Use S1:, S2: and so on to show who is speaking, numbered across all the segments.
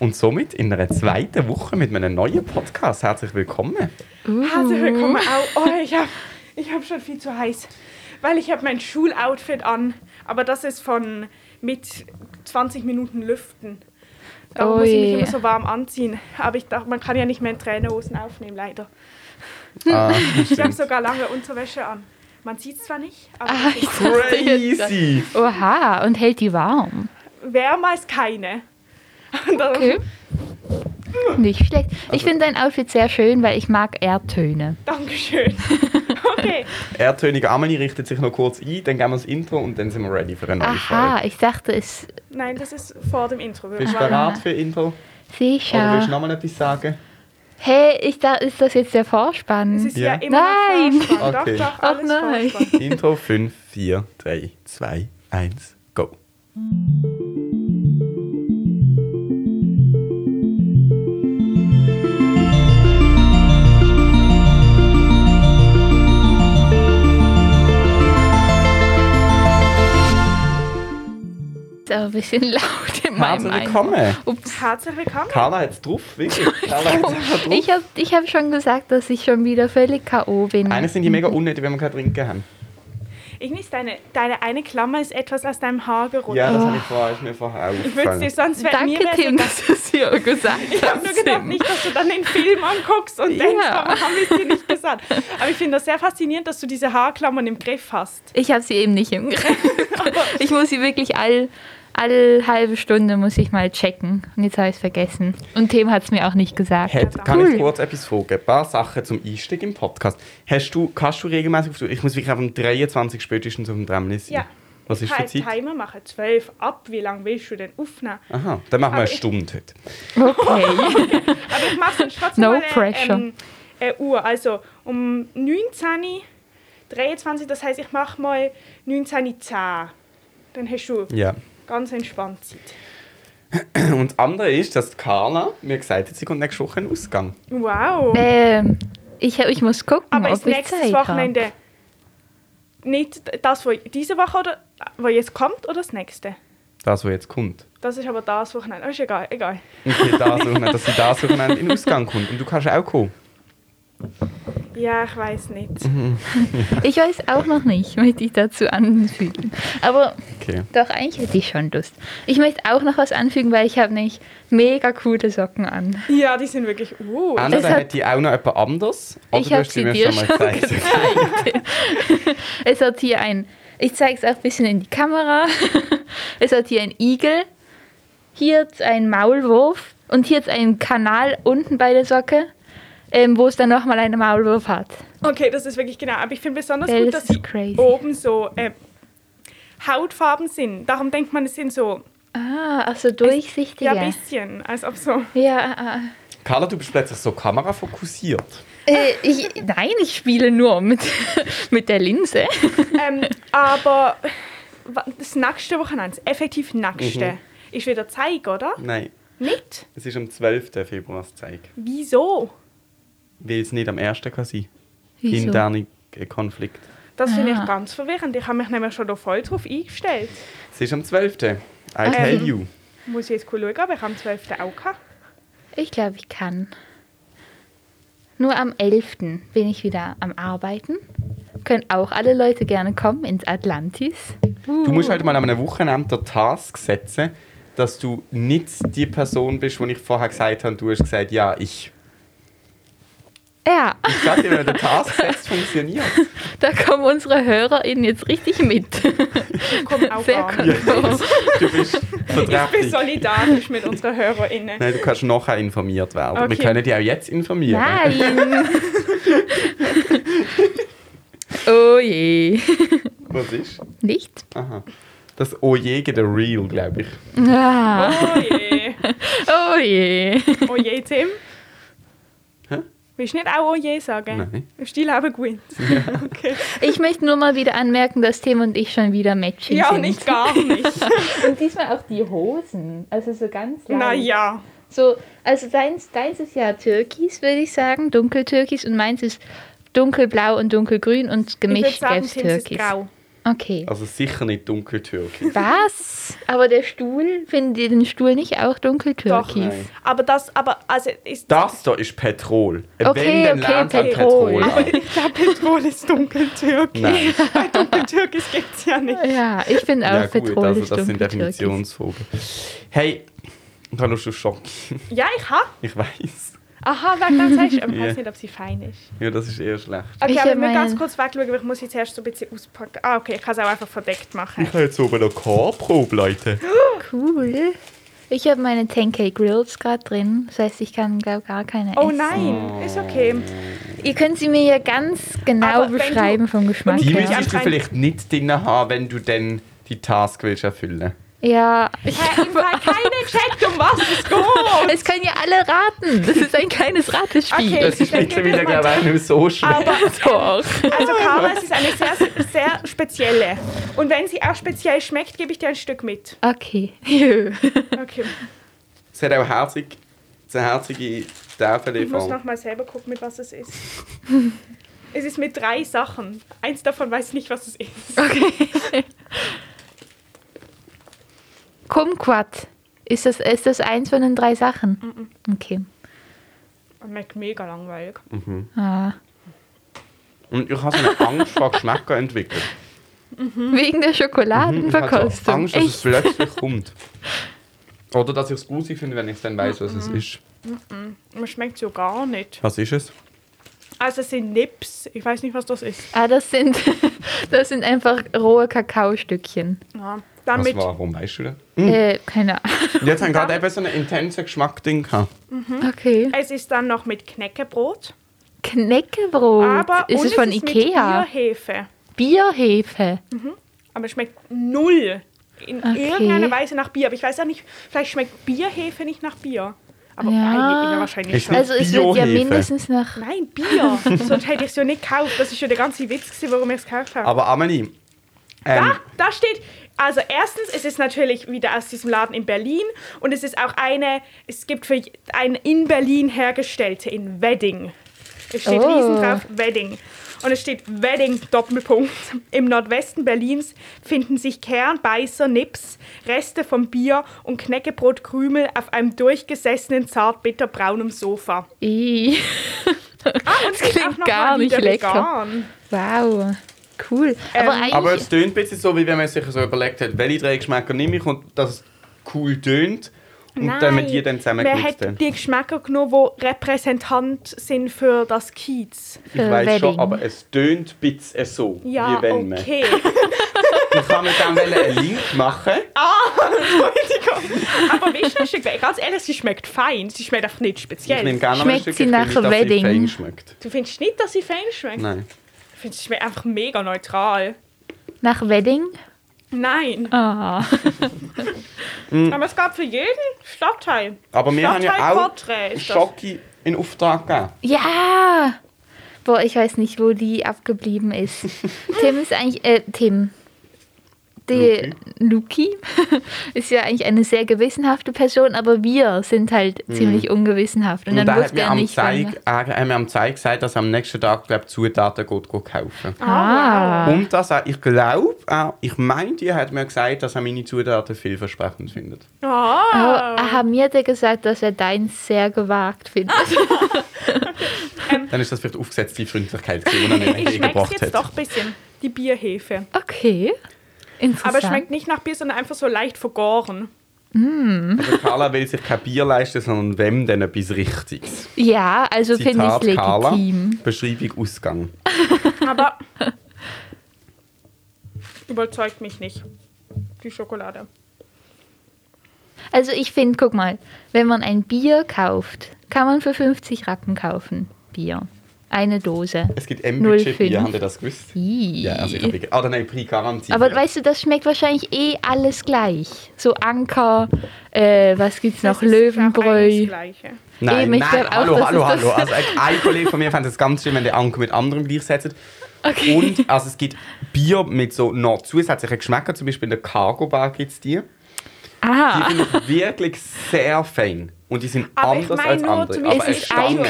S1: und somit in einer zweiten Woche mit einem neuen Podcast. Herzlich willkommen.
S2: Herzlich
S3: Mhm.
S2: willkommen. Au, oh, ich habe ich hab schon viel zu heiß. Weil ich habe mein Schuloutfit an, aber das ist von mit 20 Minuten Lüften. Da muss ich mich
S3: Ui.
S2: immer so warm anziehen. Aber ich dachte, man kann ja nicht mehr in Trainerhosen aufnehmen, leider.
S1: Ah,
S2: Ich habe
S1: stimmt.
S2: sogar lange Unterwäsche an. Man sieht es zwar nicht, aber
S3: Ah, ich dachte jetzt-
S1: Crazy!
S3: Oha, und hält die warm.
S2: wärmer als keine. Und dann-
S3: Okay. Nicht schlecht. Ich finde dein Outfit sehr schön, weil ich mag Erdtöne.
S2: Dankeschön. Okay.
S1: Erdtönig Amelie richtet sich noch kurz ein, dann geben wir das Intro und dann sind wir ready für eine neue
S3: Aha,
S1: Folge.
S3: ich dachte es
S2: Nein, das ist vor dem Intro. würde
S1: Bist du
S2: man-
S1: bereit für Intro? Oder willst du
S3: sicher.
S1: noch mal etwas sagen?
S3: Hey, ich dachte, ist das jetzt der Vorspann?
S2: Es ist ja,
S1: Ja.
S2: immer
S3: Nein.
S2: noch Vorspann.
S1: Okay.
S2: Doch, doch,
S3: Ach
S2: alles
S3: nein.
S2: Vorspann.
S1: Intro 5, 4, 3, 2, 1, go.
S3: Ist auch ein bisschen laut in meinem
S1: Herzlich
S3: Meinung.
S1: willkommen.
S3: Ups.
S2: Herzlich willkommen.
S1: Carla hat's drauf, wirklich. Carla hat's einfach drauf.
S3: Ich habe ich hab schon gesagt, dass ich schon wieder völlig K.O. bin.
S1: Eines sind die mega unnötig, wenn wir keinen Trinken haben.
S2: Irgendwie ist deine, deine eine Klammer ist etwas aus deinem Haar gerutscht.
S1: Ja, das habe ich vorher, ist mir vorher
S2: Ich würde es dir
S1: aufgefallen.
S2: sonst wär- mir
S3: Danke,
S2: wär's
S3: Tim,
S2: egal.
S3: dass du es hier gesagt hast.
S2: Ich habe nur gedacht,
S3: Tim.
S2: nicht, dass du dann den Film anguckst und
S3: Ja.
S2: denkst, warum haben wir es dir nicht gesagt? Aber ich finde das sehr faszinierend, dass du diese Haarklammern im Griff hast.
S3: Ich habe sie eben nicht im Griff. Ich muss sie wirklich all, all halbe Stunde muss ich mal checken. Und jetzt habe ich es vergessen. Und Tim hat es mir auch nicht gesagt.
S1: Hat, kann
S3: Cool.
S1: ich kurz etwas fragen? Ein paar Sachen zum Einstieg im Podcast. Hast du, kannst du regelmäßig auf die- Ich muss wirklich auf dem 23 spätestens auf dem Dremlis sein.
S2: Ja.
S1: Was ist für
S2: Halt
S1: Zeit?
S2: Timer machen, zwölf ab, wie lange willst du denn aufnehmen?
S1: Aha, dann machen wir
S2: Aber
S1: eine
S2: ich-
S1: Stunde heute.
S3: Okay.
S2: Aber ich mache es trotzdem
S3: No
S2: mal, äh,
S3: pressure.
S2: Ähm, äh, Uhr. Also um 19 Uhr, 23 das heißt, ich mache mal 19 Uhr 10. Dann hast du
S1: Ja.
S2: ganz entspannt Zeit.
S1: Und das andere ist, dass Carla mir gesagt hat, sie kommt nächste Woche in den Ausgang.
S2: Wow.
S3: ähm, ich, ich muss gucken,
S2: Aber
S3: ob
S2: ist
S3: ich
S2: nächstes
S3: Zeit habe.
S2: Wochenende nicht das, was diese Woche oder was jetzt kommt oder das nächste?
S1: Das, was jetzt kommt.
S2: Das ist aber das Wochenende. Ist egal, egal.
S1: Und sie das Wochenende, dass sie das Wochenende in den Ausgang kommt. Und du kannst auch kommen.
S2: Ja, ich weiß nicht.
S3: Mhm. Ich weiß auch noch nicht, möchte ich dazu anfügen. Aber
S1: Okay.
S3: doch, eigentlich hätte ich schon Lust. Ich möchte auch noch was anfügen, weil ich habe nämlich mega coole Socken an.
S2: Ja, die sind wirklich. Uh,
S1: Entweder
S3: hat-
S1: hat die auch noch jemand anders. Oder
S3: ich
S1: du
S3: habe
S1: hast
S3: sie dir schon gezeigt. es hat hier ein, ich zeige es auch ein bisschen in die Kamera. es hat hier ein Igel, hier jetzt ein Maulwurf und hier jetzt einen Kanal unten bei der Socke, ähm, wo es dann nochmal einen Maulwurf hat.
S2: Okay, das ist wirklich genau. Aber ich finde besonders
S3: Well,
S2: gut,
S3: das
S2: dass sie
S3: ist crazy.
S2: oben so äh, Hautfarben sind. Darum denkt man, es sind so
S3: Ah, also durchsichtige.
S2: ja
S3: Ja,
S2: bisschen, als ob so.
S3: ja ah,
S1: Carla, du bist plötzlich so kamerafokussiert.
S3: äh, ich, nein, ich spiele nur mit, mit der Linse.
S2: ähm, aber wa- das nächste Wochenende, das effektiv nächste,
S1: Mhm.
S2: ist wieder Zeig, oder?
S1: Nein,
S2: Nicht?
S1: es ist am 12. Februar das Zeig.
S2: Wieso?
S1: Weil es nicht am 1. kann sein.
S3: Wieso?
S1: Interner Konflikt.
S2: Das finde ich
S3: Ah.
S2: ganz verwirrend. Ich habe mich nämlich schon da voll drauf eingestellt.
S1: Es ist am 12. I
S2: Ähm,
S1: tell you.
S2: Muss ich jetzt cool schauen, aber ich habe am 12. auch gehabt.
S3: Ich glaube, ich kann. Nur am 11. bin ich wieder am Arbeiten. Können auch alle Leute gerne kommen ins Atlantis.
S1: Du musst halt mal an
S2: Uh.
S1: einem Wochenende den Task setzen, dass du nicht die Person bist, die ich vorher gesagt habe, du hast gesagt, ja, ich.
S3: Ja,
S1: Ich sag dir, wenn du den Task setzt, funktioniert
S3: da kommen unsere HörerInnen jetzt richtig mit.
S2: Ich komme auch
S3: Sehr
S2: an.
S3: cool.
S1: Du bist
S2: Ich bin
S1: verträglich.
S2: solidarisch mit unseren HörerInnen.
S1: Nein, du kannst nachher informiert werden. Wir
S2: Okay.
S1: können dich auch jetzt informieren.
S3: Nein! oh je.
S1: Was ist?
S3: Nicht?
S1: Aha. Das Oje geht der Real, glaube ich.
S3: Ah.
S2: Oh je.
S3: Oh je.
S2: Oh je, Tim.
S1: Hä?
S2: Willst du nicht auch Oh je sagen?
S1: Nein.
S2: Ist dein Leben gut? Okay.
S3: Ich möchte nur mal wieder anmerken, dass Tim und ich schon wieder Matching
S2: Ja,
S3: sind.
S2: und ich gar nicht.
S3: Und diesmal auch die Hosen. Also so ganz lang.
S2: naja.
S3: So, also deins, deins ist ja türkis, würde ich sagen, dunkeltürkis und meins ist dunkelblau und dunkelgrün und
S2: Ich würde
S3: gemischt
S2: sagen, Tim ist
S3: gelb-türkis.
S2: grau.
S3: Okay.
S1: Also sicher nicht dunkeltürkisch.
S3: Was? Aber der Stuhl, findet ihr den Stuhl nicht auch
S1: Doch.
S3: dunkeltürkis?
S1: Nein.
S2: Aber das, aber, also ist.
S1: Das da ist Petrol. Wenn,
S3: Okay,
S1: dann
S3: okay,
S1: lernt an
S3: Petrol.
S1: Petrol.
S2: Aber ich glaube, Petrol ist dunkeltürkisch.
S1: Nein.
S2: Bei dunkeltürkisch gibt es ja nicht.
S3: Ja, ich bin auch
S1: Ja gut,
S3: Petrol
S1: also
S3: ist
S1: das sind
S3: dunkeltürkis.
S1: Definitionsfragen. Hey, ich habe Lust auf Schock.
S2: Ja, ich habe.
S1: Ich weiß.
S2: Aha, wegen dem sagst du, aber ich
S1: Ja.
S2: weiß nicht, ob sie fein ist.
S1: Ja, das ist eher schlecht.
S2: Okay,
S3: Ich
S2: aber ich will
S3: meine-
S2: ganz kurz wegschauen, weil ich muss jetzt erst so ein bisschen auspacken. Ah, okay, ich kann es auch einfach verdeckt machen.
S1: Ich habe jetzt oben noch K-Probe, Leute.
S3: Cool. Ich habe meine 10k Grills gerade drin. Das heißt, ich kann, glaube gar keine
S2: Oh
S3: essen.
S2: nein, ist okay.
S3: Ihr könnt sie mir ja ganz genau
S2: Aber wenn
S3: beschreiben
S2: du-
S3: vom Geschmack
S1: Die
S2: Okay.
S3: her.
S1: müsstest du vielleicht nicht drin haben, wenn du dann die Task willst erfüllen
S3: Ja, ich,
S2: Ich habe keine gecheckt, um was es geht.
S3: es können ja alle raten. Das ist ein kleines Ratespiel.
S2: Okay.
S1: Das ist
S2: Dann gib mir
S1: mittlerweile,
S2: mal
S1: glaube ich, auch nicht mehr so schwer.
S2: Aber
S3: Doch.
S2: also Kara, es ist eine sehr, sehr spezielle. Und wenn sie auch speziell schmeckt, gebe ich dir ein Stück mit.
S3: Okay. Jö.
S2: Okay.
S1: Es hat auch herzig, es eine herzige
S2: Ich muss
S1: Tafelform.
S2: nochmal selber gucken, mit was es ist. Es ist mit drei Sachen. Eins davon weiß ich nicht, was es ist.
S3: Kumquat. Ist das, ist das eins von den drei Sachen?
S2: Mm,
S3: Okay.
S2: Und schmeckt mega langweilig.
S3: Ah.
S1: Und ich habe so eine Angst vor Geschmäcker entwickelt.
S3: Wegen der
S1: Hm, Ich habe so
S3: Schokoladenverkostung.
S1: Angst, dass es
S3: Echt?
S1: plötzlich kommt. Oder dass ich es gruselig finde, wenn ich dann weiß, was
S3: Ah.
S1: es ist.
S2: Man schmeckt so gar nicht.
S1: Was ist es?
S2: Also es sind Nips. Ich weiß nicht, was das ist.
S3: Ah, das sind, das sind einfach rohe Kakaostückchen.
S2: Ja.
S1: Was
S3: Ah,
S2: Damit
S1: war, warum weißt du das?
S3: Äh, keine Ahnung.
S1: Jetzt haben gerade eben so einen intensen Geschmack-Ding gehabt.
S3: Okay.
S2: es ist dann noch mit Knäckebrot.
S3: Knäckebrot.
S2: Aber
S3: ist
S2: und
S3: es von
S2: ist
S3: Ikea?
S2: Mit Bierhefe.
S3: Bierhefe.
S2: Aber es schmeckt null in
S3: Okay.
S2: irgendeiner Weise nach Bier. Aber ich weiß ja nicht, vielleicht schmeckt Bierhefe nicht nach Bier. Aber
S3: Ja.
S2: eigentlich ja wahrscheinlich
S1: Ich
S2: schon.
S1: find-
S3: Also es wird ja
S1: Biohefe.
S3: mindestens nach.
S2: Nein, Bier. Sonst hätte ich es ja nicht gekauft. Das ist ja der ganze Witz, gewesen, warum ich es gekauft habe.
S1: Aber Amelie, ähm,
S3: Ah,
S2: da, da steht, also erstens, es ist natürlich wieder aus diesem Laden in Berlin und es ist auch eine, es gibt für eine in Berlin hergestellte in Wedding. Es steht
S3: Oh.
S2: riesen drauf, Wedding. Und es steht Wedding, Doppelpunkt. Im Nordwesten Berlins finden sich Kern, Beißer, Nips, Reste vom Bier und Knäckebrotkrümel auf einem durchgesessenen, zartbitterbraunen Sofa.
S3: Ih.
S2: Ah, und es ist
S3: klingt
S2: auch noch
S3: gar
S2: mal
S3: nicht
S2: wieder
S3: lecker.
S2: vegan.
S3: Wow. Cool.
S2: Ähm,
S3: aber eigentlich.
S1: aber es tönt ein bisschen so, wie wenn man sich so überlegt hat, welche drei Geschmäcker nehme ich und dass es cool tönt. Und dann mit die dann
S2: Man
S1: zusammengemixt
S2: hat
S1: haben.
S2: die Geschmäcker genommen, die repräsentant sind für das Kiez.
S1: Ich weiß schon,
S3: Wedding.
S1: aber es tönt ein bisschen so,
S2: Ja,
S1: wie wenn man.
S2: okay.
S1: Ich kann mit dem einen Link machen.
S2: Aber wie ist das Stück? Ganz ehrlich, sie schmeckt fein. Sie schmeckt einfach nicht
S1: Ich nehme
S2: speziell.
S1: gerne noch ein
S3: Schmeckt
S1: Stück,
S3: sie
S1: ich will
S3: nach
S1: nicht, dass sie
S3: Wedding?
S1: fein schmeckt.
S2: Du findest nicht, dass sie fein schmeckt?
S1: Nein.
S2: Ich finde, sie schmeckt einfach mega neutral.
S3: Nach Wedding?
S2: Nein.
S3: Ah.
S2: Aber es gab für jeden Stadtteil.
S1: Hm. Aber wir haben ja
S2: Stadtteil
S1: auch
S2: Porträt ist das.
S1: Schocki in Auftrag gegeben.
S3: Ja! Boah, ich weiß nicht, wo die abgeblieben ist. Tim ist eigentlich. Äh, Tim. Die Luki ist ja eigentlich eine sehr gewissenhafte Person, aber wir sind halt ziemlich ungewissenhaft. Und,
S1: Mhm. Und
S3: dann
S1: da hat
S3: wusste
S1: mir
S3: er
S1: am
S3: nicht, wann-
S1: Zeig, äh, haben wir am Zeig gesagt, dass er am nächsten Tag glaub, Zutaten geht, geht kaufen
S3: Ah.
S1: Und dass er, ich glaube, auch, ich meinte, er hat mir gesagt, dass er meine Zutaten vielversprechend findet.
S2: Oh, wow.
S3: Oh,
S2: Ah.
S3: aha, mir hat er gesagt, dass er deins sehr gewagt findet.
S1: Dann ist das vielleicht aufgesetzte Freundlichkeit, gewesen, die er mir
S2: Hm. Ich schmecke es
S1: eh gebracht
S2: jetzt
S1: hat.
S2: doch ein bisschen. Die Bierhefe.
S3: Okay. Interessant.
S2: Aber es schmeckt nicht nach Bier, sondern einfach so leicht vergoren.
S1: Also Carla will sich kein Bier leisten, sondern wem denn etwas Richtiges.
S3: ja, also finde ich es legitim.
S1: Beschreibung Ausgang.
S2: Aber überzeugt mich nicht. Die Schokolade.
S3: Also ich finde, guck mal, wenn man ein Bier kauft, kann man für 50 Rappen kaufen. Bier. Eine Dose.
S1: Es gibt M-Budget
S3: 0,5.
S1: Bier, habt ihr das gewusst?
S3: Ii.
S1: Ja, also ich habe... Ah, dann habe ich Garantie.
S3: Aber weißt du, das schmeckt wahrscheinlich eh alles gleich. So Anker, äh, was gibt's noch?
S2: Das ist, glaub, eigentlich das
S3: Löwenbräu.
S2: Gleiche.
S1: Nein,
S3: Eben, ich
S1: nein,
S3: glaub auch,
S1: hallo,
S3: dass
S1: hallo,
S3: es das-
S1: hallo. Also ein, ein Kollege von mir fand es ganz schlimm, wenn der Anker mit anderem gleichsetzt.
S3: Okay.
S1: Und also es gibt Bier mit so noch zusätzlichen Geschmäckern, zum Beispiel in der Cargo Bar gibt es die. Die
S3: Aha.
S1: finde ich wirklich sehr fein. Und die sind
S2: Aber ich
S1: anders
S2: meine
S1: als
S2: nur,
S1: andere.
S2: zum
S1: Aber
S3: Es
S2: Beispiel
S1: es
S3: ist
S1: Stange.
S2: Aber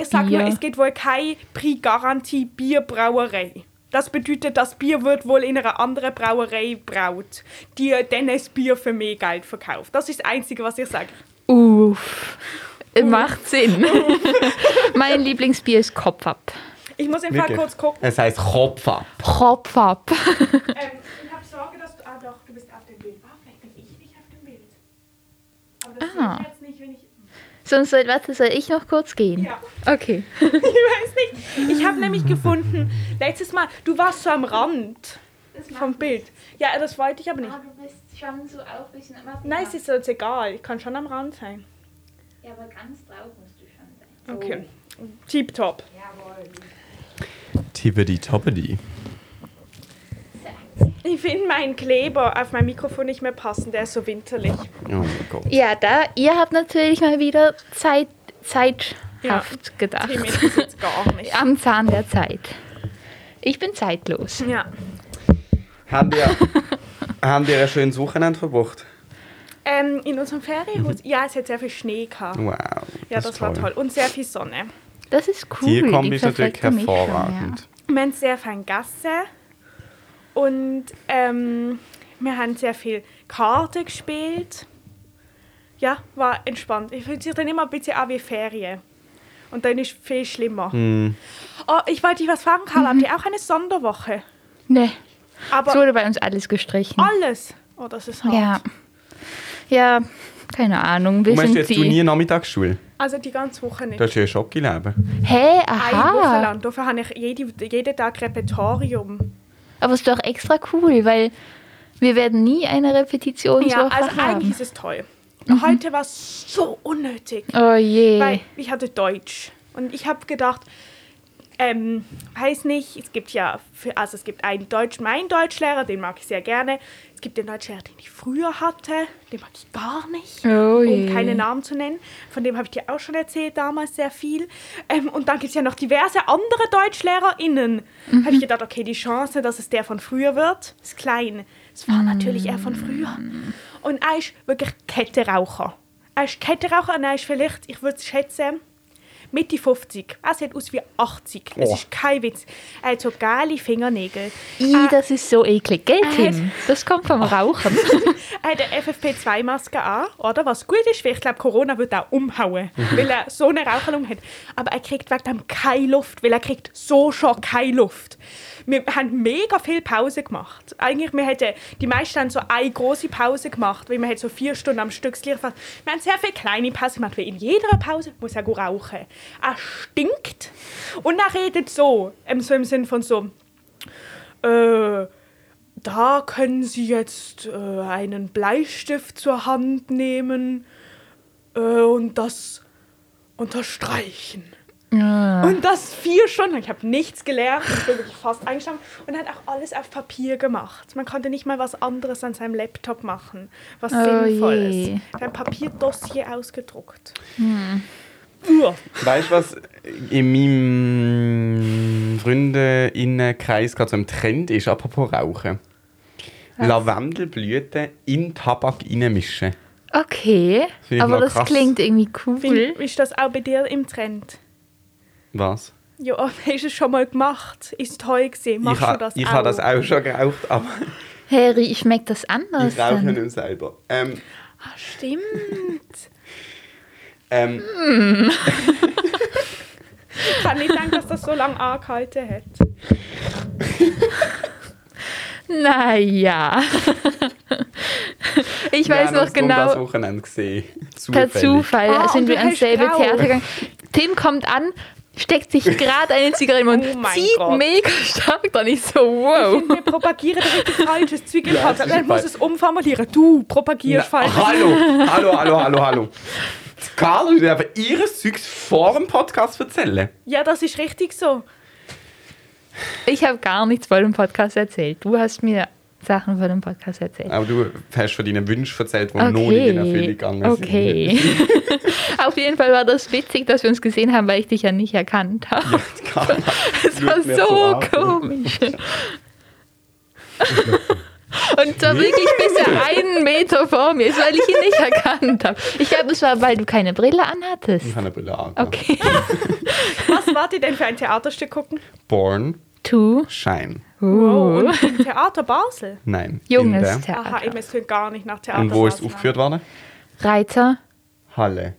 S2: ich sag nur,
S3: IPA-Bier.
S2: es gibt wohl keine Prix-Garantie Bierbrauerei. Das bedeutet, das Bier wird wohl in einer anderen Brauerei braut, die dann das Bier für mehr Geld verkauft. Das ist das Einzige, was ich sage.
S3: Uff.
S2: Äh,
S3: Macht Sinn. mein Lieblingsbier ist Kopf ab.
S2: Ich muss im Fall kurz gucken.
S1: Es heisst Kopf ab.
S3: Kopf ab.
S2: Ähm, ich habe Sorge, dass du. Ah, doch, du bist auf dem Bild. Ah, vielleicht bin ich nicht auf dem Bild. Aber das
S3: Ah.
S2: sehe ich jetzt nicht, wenn ich.
S3: Sonst soll, warte, soll ich noch kurz gehen?
S2: Ja.
S3: Okay.
S2: Ich weiß nicht. Ich habe nämlich gefunden, letztes Mal, du warst so am Rand
S4: Das
S2: vom Bild. Ja, das wollte ich aber
S4: Ah,
S2: nicht.
S4: du bist schon so auch ein bisschen immer.
S2: Nein, es ist uns egal. Ich kann schon am Rand sein.
S4: Ja, aber ganz drauf musst du schon sein.
S2: Okay. Tip top.
S4: Jawohl.
S1: Tibbidi Tobbidi.
S2: Ich finde meinen Kleber auf mein Mikrofon nicht mehr passend. Der ist so winterlich.
S1: Oh mein Gott.
S3: Ja, da, ihr habt natürlich mal wieder Zeit, zeithaft gedacht.
S2: Tim ist jetzt gar nicht.
S3: Am Zahn der Zeit. Ich bin zeitlos.
S2: Ja.
S1: Haben wir, haben wir ein schönes Wochenende verbracht?
S2: Ähm, in unserem Ferienhaus. Ja, es hat sehr viel Schnee gehabt.
S1: Wow.
S2: Ja,
S1: Oh, das
S2: das,
S1: ist
S2: war toll. Und sehr viel Sonne.
S3: Das ist cool.
S1: Die Kombi ist natürlich
S3: perfekte Mischung,
S1: hervorragend.
S2: Wir haben sehr fein Gassen. Und ähm, wir haben sehr viel Karten gespielt. Ja, war entspannt. Ich fühlt sich dann immer ein bisschen an wie Ferien. Und dann ist es viel schlimmer. Oh, ich wollte dich was fragen, Karl. Habt ihr auch eine Sonderwoche?
S3: Ja. Nee,
S2: Aber
S3: es wurde bei uns alles gestrichen.
S2: alles. Oh, das ist hart.
S3: ja. Ja, keine Ahnung. Wir
S1: Du meinst
S3: sind
S1: jetzt
S3: die.
S1: du nie Nachmittagsschule?
S2: Also die ganze Woche nicht.
S1: Das ist ja ein Schockleben.
S3: Hä?
S2: Eine Woche
S3: Aha.
S2: lang. Dafür habe ich jede, jeden Tag Repertorium.
S3: Aber es ist doch extra cool, weil wir werden nie eine Repetitionswoche
S2: Ja, also eigentlich
S3: haben. Mhm.
S2: ist es toll. Heute war es so unnötig.
S3: Oh je.
S2: Weil ich hatte Deutsch und ich habe gedacht, ähm, weiß nicht, es gibt ja, für, also es gibt einen Deutsch, meinen Deutschlehrer, den mag ich sehr gerne. Es gibt den Deutschlehrer, den ich früher hatte, den mag ich gar nicht,
S3: Oh je.
S2: um keine Namen zu nennen. Von dem habe ich dir auch schon erzählt damals sehr viel. Ähm, und dann gibt es ja noch diverse andere DeutschlehrerInnen.
S3: Mhm.
S2: Habe ich gedacht, okay, die Chance, dass es der von früher wird, ist klein. Es war natürlich er von früher.
S3: Mm.
S2: Und er ist wirklich Kettenraucher. Er ist Kettenraucher und er ist vielleicht, ich würde es schätzen, Mitte 50. Er sieht aus wie 80. Das
S1: Oh.
S2: ist kein Witz. Er hat so geile Fingernägel.
S3: I, das ist so eklig, gell,
S2: Äh,
S3: Tim? Das kommt vom Rauchen.
S2: Er hat eine FFP2-Maske an, oder? Was gut ist, weil ich glaube, Corona wird auch umhauen, weil er so eine Raucherlung hat. Aber er kriegt wegen dem keine Luft, weil er kriegt so schon keine Luft. Wir haben mega viel Pause gemacht. Eigentlich, wir hätten, die meisten haben so eine große Pause gemacht, weil man hat so vier Stunden am Stück das Licht gefasst. Wir haben sehr viele kleine Pausen gemacht, weil in jeder Pause muss er gut rauchen. Er stinkt und er redet so, ähm, so im Sinn von so, äh, da können Sie jetzt äh, einen Bleistift zur Hand nehmen äh, und das unterstreichen.
S3: Ah.
S2: Und das vier Stunden. Ich habe nichts gelernt. Ich bin wirklich fast eingeschlafen. Und er hat auch alles auf Papier gemacht. Man konnte nicht mal was anderes an seinem Laptop machen, was
S3: Oh
S2: sinnvoll
S3: je.
S2: ist. Er hat ein Papierdossier ausgedruckt.
S3: Hm.
S2: Uah.
S1: Weißt du, was in meinem Freundinnenkreis gerade so im Trend ist, apropos Rauchen? Lavendelblüten in Tabak reinmischen.
S3: Okay,
S1: Finde ich
S3: aber
S1: noch
S3: das
S1: krass.
S3: klingt irgendwie cool.
S2: Find- Ist das auch bei dir im Trend?
S1: Was?
S2: Ja, hast du es schon mal gemacht? Ist toll gesehen. Machst
S1: ich ha-
S2: du das
S1: ich
S2: auch?
S1: habe das auch schon geraucht, aber
S3: Harry, ich schmeckt das anders.
S1: ich rauche
S3: Dann.
S1: nicht selber. Ähm,
S2: Ah, stimmt.
S1: ähm,
S2: Ich kann nicht sagen, dass das so lange angehalten hat.
S3: Naja. ich weiß
S1: wir haben
S3: noch
S1: uns drum das
S3: genau,
S1: Wochenende gesehen.
S3: per
S1: Zufällig.
S3: Zufall
S2: Ah, und
S3: sind wir
S2: du
S3: ans
S2: hast
S3: selbe
S2: grau.
S3: Theater gegangen. Tim kommt an, steckt sich gerade eine Zigarette im Mund,
S2: Oh mein
S3: zieht
S2: Gott.
S3: mega stark, dann ich so,
S2: Ich
S3: wow.
S2: finde, wir propagieren richtig falsches Zeug im
S1: Ja,
S2: Podcast.
S1: das ist
S2: Man muss
S1: falsch.
S2: es umformulieren. Du
S1: Na,
S2: propagierst falsch.
S1: hallo, hallo, hallo, hallo, hallo. Die Carla würde aber ihres Zeugs vor dem Podcast erzählen.
S2: Ja, das ist richtig so.
S3: Ich habe gar nichts vor dem Podcast erzählt. Du hast mir Sachen vor dem Podcast erzählt.
S1: Aber du hast von deinen Wünschen erzählt, die noch nicht in Erfüllung gegangen
S3: okay. Auf jeden Fall war das witzig, dass wir uns gesehen haben, weil ich dich ja nicht erkannt habe.
S1: sind. Carla
S3: Das war
S1: schaut mir
S3: so
S1: an.
S3: komisch. Und zwar wirklich bis er einen Meter vor mir ist, weil ich ihn nicht erkannt habe. Ich glaube, es war, weil du keine Brille anhattest.
S1: Ich habe eine Brille angehabt.
S3: Okay.
S2: Was wart ihr denn für ein Theaterstück gucken?
S1: Born.
S3: To.
S1: Schein.
S3: Uh.
S2: Wow, und im Theater Basel.
S1: Nein. in der-
S3: Junges
S2: Aha, eben,
S3: Theater.
S2: es tönt gar nicht nach Theater
S1: Und wo ist es
S2: Basel.
S1: aufgeführt worden?
S3: Reiter.
S1: Halle.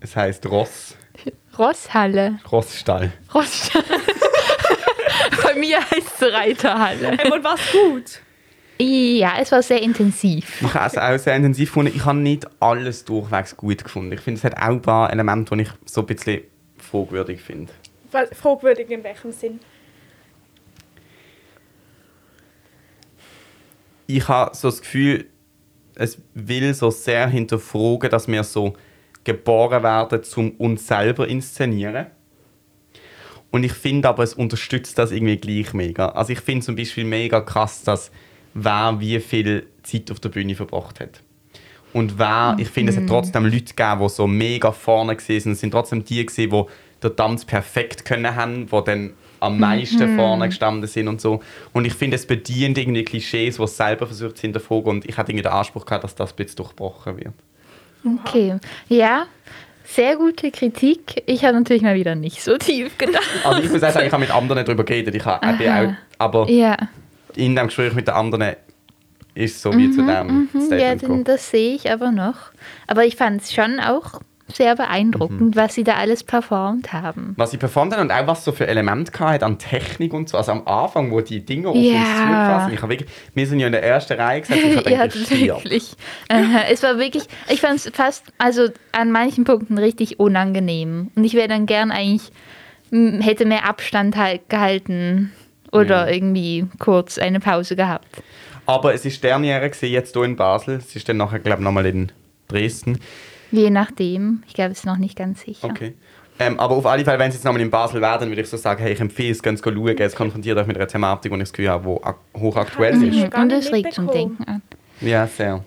S1: Es heißt Ross.
S3: Rosshalle.
S1: Rossstall.
S3: Rossstall. Bei mir heißt es Reiterhalle.
S2: Eben, Äh, und war's gut?
S3: Ja, es war sehr intensiv.
S1: Ich habe es auch sehr intensiv gefunden. Ich habe nicht alles durchwegs gut gefunden. Ich finde, es hat auch ein paar Elemente, die ich so ein bisschen fragwürdig finde.
S2: Weil- Fragwürdig in welchem Sinn?
S1: Ich habe so das Gefühl, es will so sehr hinterfragen, dass wir so geboren werden, um uns selber inszenieren. Und ich finde aber, es unterstützt das irgendwie gleich mega. Also ich finde zum Beispiel mega krass, dass wer wie viel Zeit auf der Bühne verbracht hat. Und wer, ich finde,
S3: Mhm.
S1: es hat trotzdem Leute gegeben, die so mega vorne gewesen sind. Es sind trotzdem die gewesen, die den Tanz perfekt können haben, die dann
S3: Mhm.
S1: am meisten vorne gestanden sind und so. Und ich finde, es bedient irgendwie Klischees, die es selber versucht zu hinterfragen. Und ich hatte irgendwie den Anspruch gehabt, dass das ein bisschen durchbrochen wird.
S3: Okay. Ja, sehr gute Kritik. Ich habe natürlich mal wieder nicht so tief gedacht.
S1: Also ich muss auch sagen, ich habe mit anderen darüber geredet. Ich habe die
S3: Aha.
S1: auch, aber
S3: Ja.
S1: in dem Gespräch mit den anderen ist es so wie zu dem
S3: Mhm, Hm, Ja,
S1: Statement
S3: denn
S1: gekommen.
S3: das sehe ich aber noch. Aber ich fand es schon auch sehr
S1: Mhm.
S3: beeindruckend, was sie da alles performt haben.
S1: Was sie performt haben und auch was so für Elemente hatte an Technik und so. Also am Anfang, wo die Dinge auf
S3: Ja.
S1: uns zufassen. Ich habe wirklich, wir sind ja in der ersten Reihe gesessen. Ich habe
S3: ja,
S1: gedacht, ich stirb.
S3: wirklich. Äh, es war wirklich, ich fand es fast, also an manchen Punkten richtig unangenehm. Und ich wäre dann gern eigentlich, m, hätte mehr Abstand halt gehalten oder irgendwie kurz eine Pause gehabt.
S1: Aber es ist Derniere gewesen, jetzt hier in Basel. Es ist dann nachher, glaube ich, nochmal in Dresden.
S3: Je nachdem. Ich glaube, es ist noch nicht ganz sicher.
S1: Okay. Ähm, aber auf alle Fälle, wenn sie jetzt nochmal in Basel wäre, dann würde ich so sagen, hey, ich empfehle es, ganz schauen. Es konfrontiert euch mit einer Thematik, die ich das Gefühl habe, die ak- hochaktuell ist.
S2: Mhm.
S3: Mhm.
S2: Gar
S3: Und
S2: nicht
S3: es regt zum
S2: mitbekommen.
S3: Denken an.
S1: Ja, sehr.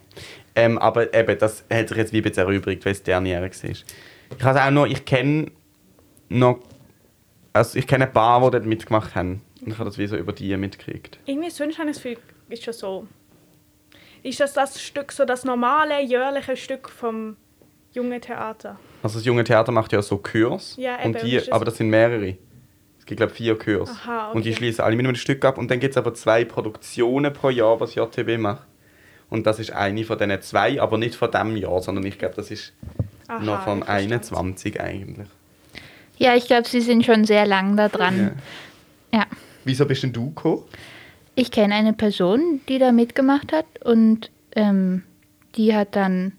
S1: Ähm, aber eben, das hat sich jetzt wie ein bisschen erübrigt, weil es der Jahre war. Ich habe auch noch, ich kenne noch, also ich kenne ein paar, die dort mitgemacht haben. Und ich habe das wie so über die mitgekriegt.
S2: Irgendwie sonst habe ich das Gefühl, ist schon so. Ist das das Stück, so das normale jährliche Stück vom Jungen Theater?
S1: Also das junge Theater macht ja so Kurs.
S2: Ja, eben,
S1: und
S2: und
S1: die,
S2: ist das-
S1: aber das sind mehrere. Es gibt, glaube ich, vier Kurs.
S2: Aha, okay.
S1: Und die schließen alle mit einem Stück ab. Und dann gibt es aber zwei Produktionen pro Jahr, was JTB macht. Und das ist eine von diesen zwei, aber nicht von diesem Jahr, sondern ich glaube, das ist
S2: Aha,
S1: noch von
S2: ich verstehe.
S1: 21 eigentlich.
S3: Ja, ich glaube, sie sind schon sehr lang da
S1: Ja.
S3: dran. ja.
S1: Wieso bist denn du gekommen?
S3: Ich kenne eine Person, die da mitgemacht hat und ähm, die hat dann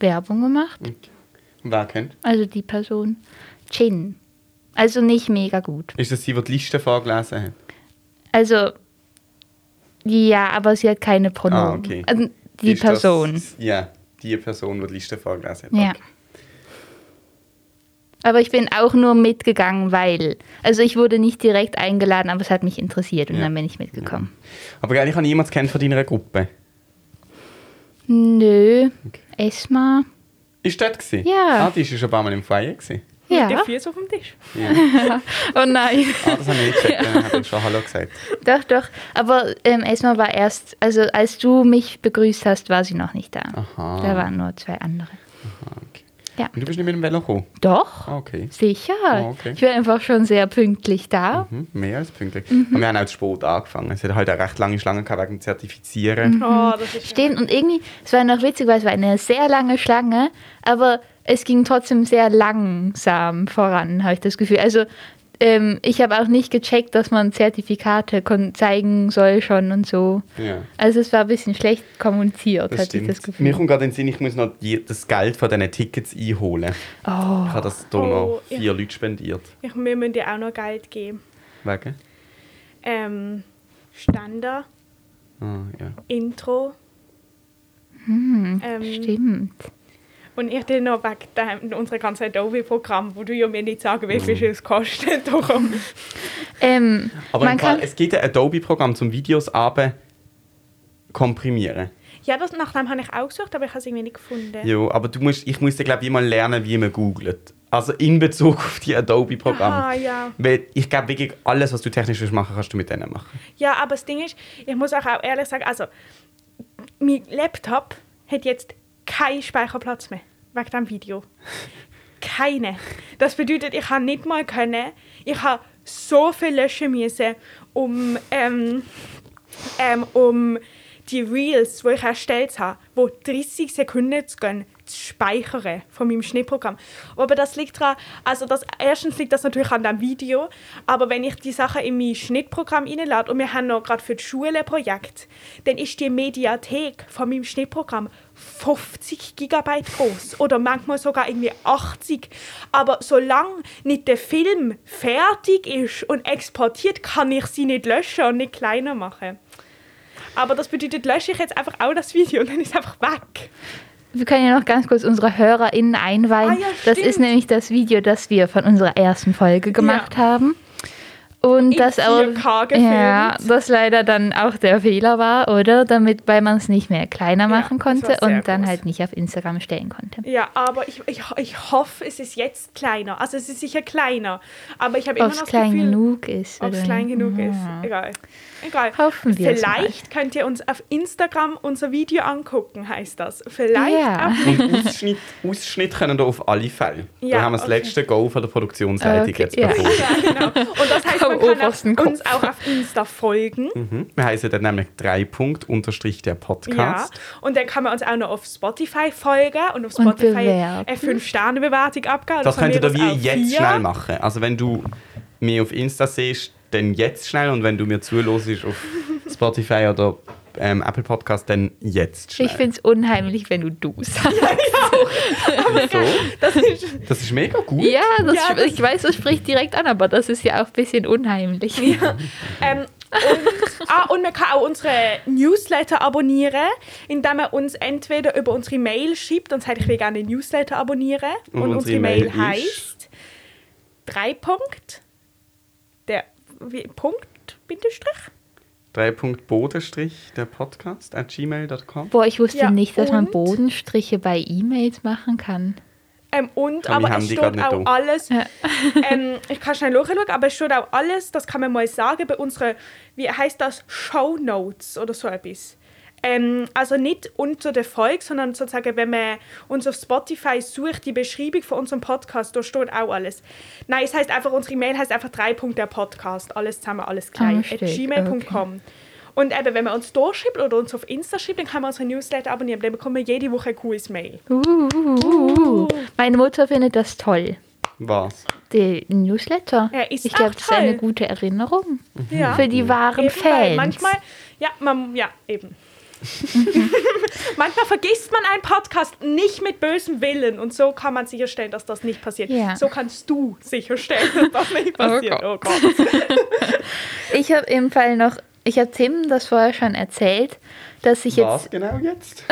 S3: Werbung gemacht.
S1: Und Wer kennt?
S3: Also die Person. Chin. Also nicht mega gut.
S1: Ist das sie, die die Liste vorgelesen hat?
S3: Also ja, aber sie hat keine Pronomen.
S1: Ah, okay.
S3: Also, die
S1: Ist
S3: Person.
S1: Das, ja, die Person, die die Liste vorgelesen hat.
S3: Ja.
S1: Okay.
S3: Aber ich bin auch nur mitgegangen, weil. Also ich wurde nicht direkt eingeladen, aber es hat mich interessiert und
S1: Ja.
S3: dann bin ich mitgekommen.
S1: Aber gell, ich habe niemanden kennt von deiner Gruppe.
S3: Nö.
S1: Okay.
S3: Esma.
S1: Ist dort gewesen?
S3: Ja.
S1: Ah, die ist ja schon ein paar Mal im Feier gewesen.
S2: Ja. Die
S3: Ja.
S2: Füße auf dem Tisch.
S1: Ja.
S3: Oh nein.
S1: Ah, das habe ich nicht gesagt, dann habe ich schon Hallo gesagt.
S3: Doch, doch. Aber ähm, Esma war erst, also als du mich begrüßt hast, war sie noch nicht da.
S1: Aha.
S3: Da waren nur zwei andere.
S1: Ah, okay.
S3: Ja.
S1: Und du bist nicht mit dem Velo gekommen?
S3: Doch.
S1: Ah, okay.
S3: Sicher.
S1: Ah, okay.
S3: Ich war einfach schon sehr pünktlich da.
S1: Hm, mehr als pünktlich.
S3: Mhm.
S1: Und wir haben auch zu spät angefangen. Es hat halt eine recht lange Schlange gehabt wegen dem
S3: Mhm.
S1: Zertifizieren.
S2: Oh, das ist
S3: Stimmt. Und irgendwie, es war noch witzig, weil es war eine sehr lange Schlange, aber es ging trotzdem sehr langsam voran, habe ich das Gefühl. Also ähm, ich habe auch nicht gecheckt, dass man Zertifikate kon- zeigen soll schon und so.
S1: Ja.
S3: Also es war ein bisschen schlecht
S1: Das
S3: kommuniziert, hatte ich
S1: stimmt.
S3: das Gefühl.
S1: Mir kommt gerade in den Sinn, ich muss noch die, das Geld von diesen Tickets einholen. Ich
S3: oh.
S1: habe das hier
S2: Oh,
S1: noch
S2: ja.
S1: vier Leute spendiert.
S2: Ich, wir müssen dir auch noch Geld geben.
S1: Wegen?
S2: Ähm, Ständer,
S1: Ah, ja.
S2: Intro. ähm,
S3: Stimmt.
S2: Und ich dir noch wegen dem, unserem ganzen Adobe-Programm, wo du ja mir nicht sagen willst, wie viel es kostet. Darum.
S3: Ähm,
S1: Aber
S3: man
S1: im Fall,
S3: kann,
S1: es gibt ein Adobe-Programm zum Videos aber komprimieren.
S2: Ja, das nach dem habe ich auch gesucht, aber ich habe es irgendwie nicht gefunden.
S1: Jo, aber du musst, ich musste glaube ich mal lernen, wie man googelt. Also in Bezug auf die
S2: Aha,
S1: Adobe-Programme.
S2: ja.
S1: Weil ich glaube wirklich alles, was du technisch willst machen, kannst du mit denen machen.
S2: Ja, aber das Ding ist, ich muss auch auch ehrlich sagen, also mein Laptop hat jetzt keinen Speicherplatz mehr wegen dem Video. Keine. Das bedeutet, ich kann nicht mal können. Ich habe so viel löschen müssen, um, ähm, ähm, um die Reels, die ich erstellt habe, wo 30 Sekunden zu gehen, zu speichern von meinem Schnittprogramm. Aber das liegt daran, also das, erstens liegt das natürlich an dem Video, aber wenn ich die Sachen in mein Schnittprogramm reinlade und wir haben noch gerade für die Schule ein Projekt, dann ist die Mediathek von meinem Schnittprogramm 50 Gigabyte groß oder manchmal sogar irgendwie 80. Aber solange nicht der Film fertig ist und exportiert, kann ich sie nicht löschen und nicht kleiner machen. Aber das bedeutet, lösche ich jetzt einfach auch das Video und dann ist es einfach weg.
S3: Wir können ja noch ganz kurz unsere HörerInnen einweihen.
S2: Ah ja,
S3: das
S2: stimmt.
S3: ist nämlich das Video, das wir von unserer ersten Folge gemacht haben. Und
S2: In
S3: das auch.
S2: 4K gefilmt.
S3: Ja, das leider dann auch der Fehler war, oder? Damit, weil man es nicht mehr kleiner machen
S2: das war
S3: konnte
S2: sehr
S3: und dann
S2: groß.
S3: halt nicht auf Instagram stellen konnte.
S2: Ja, aber ich, ich, ich hoffe, es ist jetzt kleiner. Also es ist sicher kleiner. Aber ich habe immer
S3: Ob
S2: noch
S3: es
S2: das
S3: klein
S2: Gefühl,
S3: genug ist.
S2: ob es
S3: oder
S2: klein
S3: nicht.
S2: genug ist.
S3: Ja.
S2: Egal. Egal.
S3: Hoffen wir es mal.
S2: Vielleicht könnt ihr uns auf Instagram unser Video angucken, heißt das. Vielleicht
S3: Ja.
S2: auch
S1: Und Ausschnitt, Ausschnitt können da auf alle Fälle.
S2: Ja,
S1: da haben wir das
S2: okay. Ah,
S1: letzte Go von der Produktionsleitung
S3: Okay,
S1: jetzt
S3: ja.
S1: bekommen.
S2: genau. Und das heißt, man
S3: Am
S2: kann auf,
S3: obersten Kopf.
S2: uns auch auf Insta folgen.
S1: Mhm. Wir heißen dann nämlich 3 Punkt unterstrich der
S2: Ja.
S1: Podcast.
S2: Und dann kann man uns auch noch auf Spotify folgen und auf
S3: Und
S2: Spotify
S3: bewerten.
S2: eine 5-Sterne-Bewertung abgeben.
S1: Das
S2: Von
S1: könnt ihr
S2: mir
S1: da wie
S2: aus auch
S1: jetzt
S2: vier.
S1: schnell machen. Also wenn du mich auf Insta siehst, dann jetzt schnell und wenn du mir zuhörst auf Spotify oder ähm, Apple Podcast, dann jetzt schnell.
S3: Ich finde es unheimlich, wenn du du sagst.
S1: so.
S2: Das ist
S1: Das ist mega gut.
S3: Ja, das,
S2: Ja, das-
S3: ich weiß, das spricht direkt an, aber das ist ja auch ein bisschen unheimlich. Ja.
S2: Ähm, und, ah, und man kann auch unsere Newsletter abonnieren, indem man uns entweder über unsere Mail schreibt und sagt, ich will gerne den Newsletter abonnieren. Und, unsere, Mail,
S1: ist-
S2: heißt drei Punkt, der wie, Punkt, Bindestrich.
S1: 3 Punkt Bodenstrich der Podcast at gmail.com.
S3: Boah, ich wusste
S2: Ja,
S3: nicht, dass man
S2: und?
S3: Bodenstriche bei E-Mails machen kann.
S2: Ähm,
S1: Komm,
S2: und,
S1: Ah, wir
S2: aber
S1: haben
S2: es
S1: die
S2: steht
S1: grad nicht
S2: auch
S1: da.
S2: alles, ähm, ich kann schnell nachschauen, aber es steht auch alles, das kann man mal sagen, bei unseren, wie heißt das, Show Notes oder so etwas. Ähm, also nicht unter der Folge, sondern sozusagen, wenn man uns auf Spotify sucht, die Beschreibung von unserem Podcast, da steht auch alles. Nein, es heißt einfach, unsere Mail heißt einfach drei Punkte der Podcast, alles zusammen, alles
S3: Ah,
S2: klein, at
S3: steht,
S2: gmail.com. Und eben, wenn man uns da schreibt oder uns auf Insta schreibt, dann kann man unsere Newsletter abonnieren, dann bekommen wir jede Woche ein cooles Mail.
S3: Uh. Meine Mutter findet das toll.
S1: Was?
S3: Die Newsletter.
S2: Ja, ist
S3: ich glaube,
S2: auch
S3: das ist eine
S2: toll. Mhm.
S3: gute Erinnerung
S2: Ja.
S3: für die wahren
S2: Eben, weil
S3: Fans.
S2: manchmal, ja, man, ja, eben. manchmal vergisst man einen Podcast nicht mit bösem Willen und so kann man sicherstellen, dass das nicht passiert.
S3: Ja.
S2: So kannst du sicherstellen, dass das nicht passiert. Oh Gott.
S3: ich habe im Fall noch, ich habe Tim das vorher schon erzählt, dass ich
S1: Was
S3: jetzt,
S1: genau jetzt?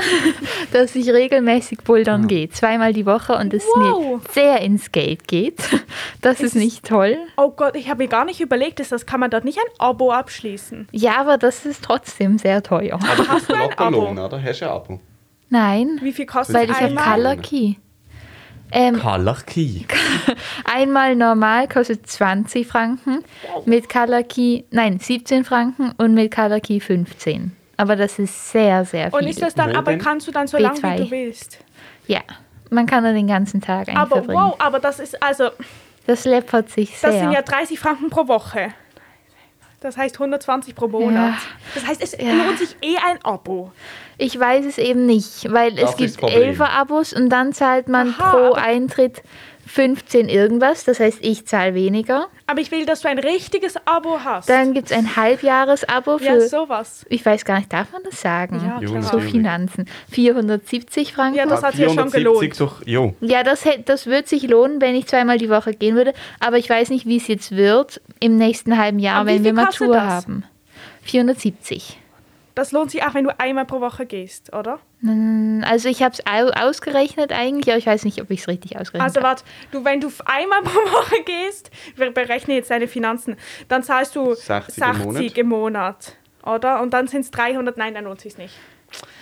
S3: dass ich regelmäßig bouldern gehe. Zweimal die Woche und es
S2: Wow.
S3: mir sehr ins Geld geht. Das ist nicht toll.
S2: Oh Gott, ich habe mir gar nicht überlegt, ist das kann man dort nicht ein Abo abschließen.
S3: Ja, aber das ist trotzdem sehr teuer.
S1: Aber hast
S2: du ein Abo?
S1: Lohn, oder? Hast du ein Abo?
S3: Nein,
S2: Wie viel kostet
S3: weil ich habe
S2: einmal?
S1: Kal-
S3: Color Key. Ähm,
S1: Kalachki.
S3: Einmal normal kostet 20 Franken, mit Color Key, nein, 17 Franken und mit Color Key 15. Aber das ist sehr, sehr viel.
S2: Und ist das dann,
S1: Nein,
S2: aber
S1: denn-
S2: kannst du dann so lange,
S3: B2.
S2: wie du willst.
S3: ja, man kann da den ganzen Tag eigentlich
S2: Aber
S3: verbringen.
S2: wow, aber das ist, also,
S3: Das läppert sich sehr.
S2: Das sind ja 30 Franken pro Woche. Das heißt 120 pro Monat.
S3: Ja.
S2: Das heißt, es
S3: Ja.
S2: lohnt sich eh ein Abo.
S3: ich weiß es eben nicht, weil
S1: Das
S3: es
S1: ist
S3: gibt
S1: das Problem.
S3: 11 Abos und dann zahlt man
S2: Aha,
S3: pro
S2: aber-
S3: Eintritt 15 irgendwas. Das heißt, ich zahle weniger.
S2: Aber ich will, dass du ein richtiges Abo hast.
S3: Dann gibt es ein Halbjahres-Abo für,
S2: ja, sowas.
S3: ich weiß gar nicht, darf man das sagen?
S2: Ja,
S1: Juni.
S2: klar.
S3: So Finanzen. 470 Franken.
S2: Ja, das hat sich ja schon
S1: 470
S2: gelohnt.
S1: Durch, jo.
S3: Ja, das, hätt- das wird sich lohnen, wenn ich zweimal die Woche gehen würde. Aber ich weiß nicht, wie es jetzt wird im nächsten halben Jahr,
S2: Aber wie
S3: wenn wir
S2: viel kostet
S3: Matur
S2: das?
S3: haben. 470.
S2: Das lohnt sich auch, wenn du einmal pro Woche gehst, oder?
S3: Hm, Also ich habe es ausgerechnet eigentlich, aber ich weiß nicht, ob ich es richtig ausgerechnet
S2: Also
S3: habe.
S2: warte, du, wenn du f- einmal pro Woche gehst, wir berechnen jetzt deine Finanzen, dann zahlst du
S1: 60 im
S2: 60 im Monat, oder? Und dann sind es 300, nein, dann lohnt sich's nicht.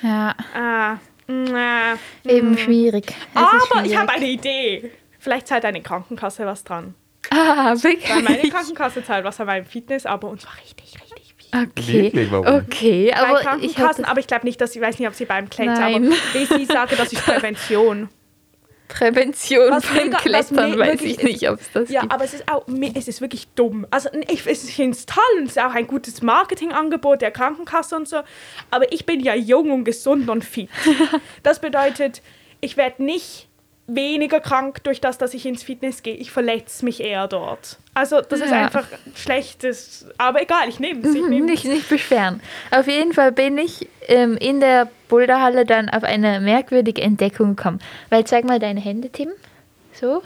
S3: Ja,
S2: Ah, na.
S3: eben schwierig. Es ist
S2: aber
S3: schwierig.
S2: ich habe eine Idee. Vielleicht zahlt deine Krankenkasse was dran.
S3: Ah,
S2: Weil meine
S3: wirklich?
S2: Krankenkasse zahlt was an meinem Fitness-Abo und zwar richtig, richtig viel.
S3: Okay,
S1: Wirklich, warum?
S3: okay
S2: Bei
S3: aber ich
S2: Krankenkassen,
S3: hatte,
S2: aber ich glaube nicht, dass ich weiß nicht, ob sie beim Claims, aber
S3: Nein.
S2: wie sie sagen, das ist Prävention.
S3: Prävention
S2: Was
S3: beim
S2: mega- was
S3: Klettern,
S2: me-
S3: weiß
S2: wirklich
S3: ich nicht, ob es das
S2: Ja,
S3: gibt.
S2: aber es ist auch, mir- es ist wirklich dumm. Also ich, es ist ins Tal und es ist auch ein gutes Marketingangebot der Krankenkasse und so. Aber ich bin ja jung und gesund und fit. Das bedeutet, ich werde nicht weniger krank durch das, dass ich ins Fitness gehe. Ich verletze mich eher dort. Also das ist
S3: Ja.
S2: einfach schlechtes. Aber egal, ich nehme es. Ich
S3: Mhm,
S2: nehme es.
S3: Nicht, nicht beschweren. Auf jeden Fall bin ich ähm, in der Boulderhalle dann auf eine merkwürdige Entdeckung gekommen. Weil zeig mal deine Hände, Tim. So.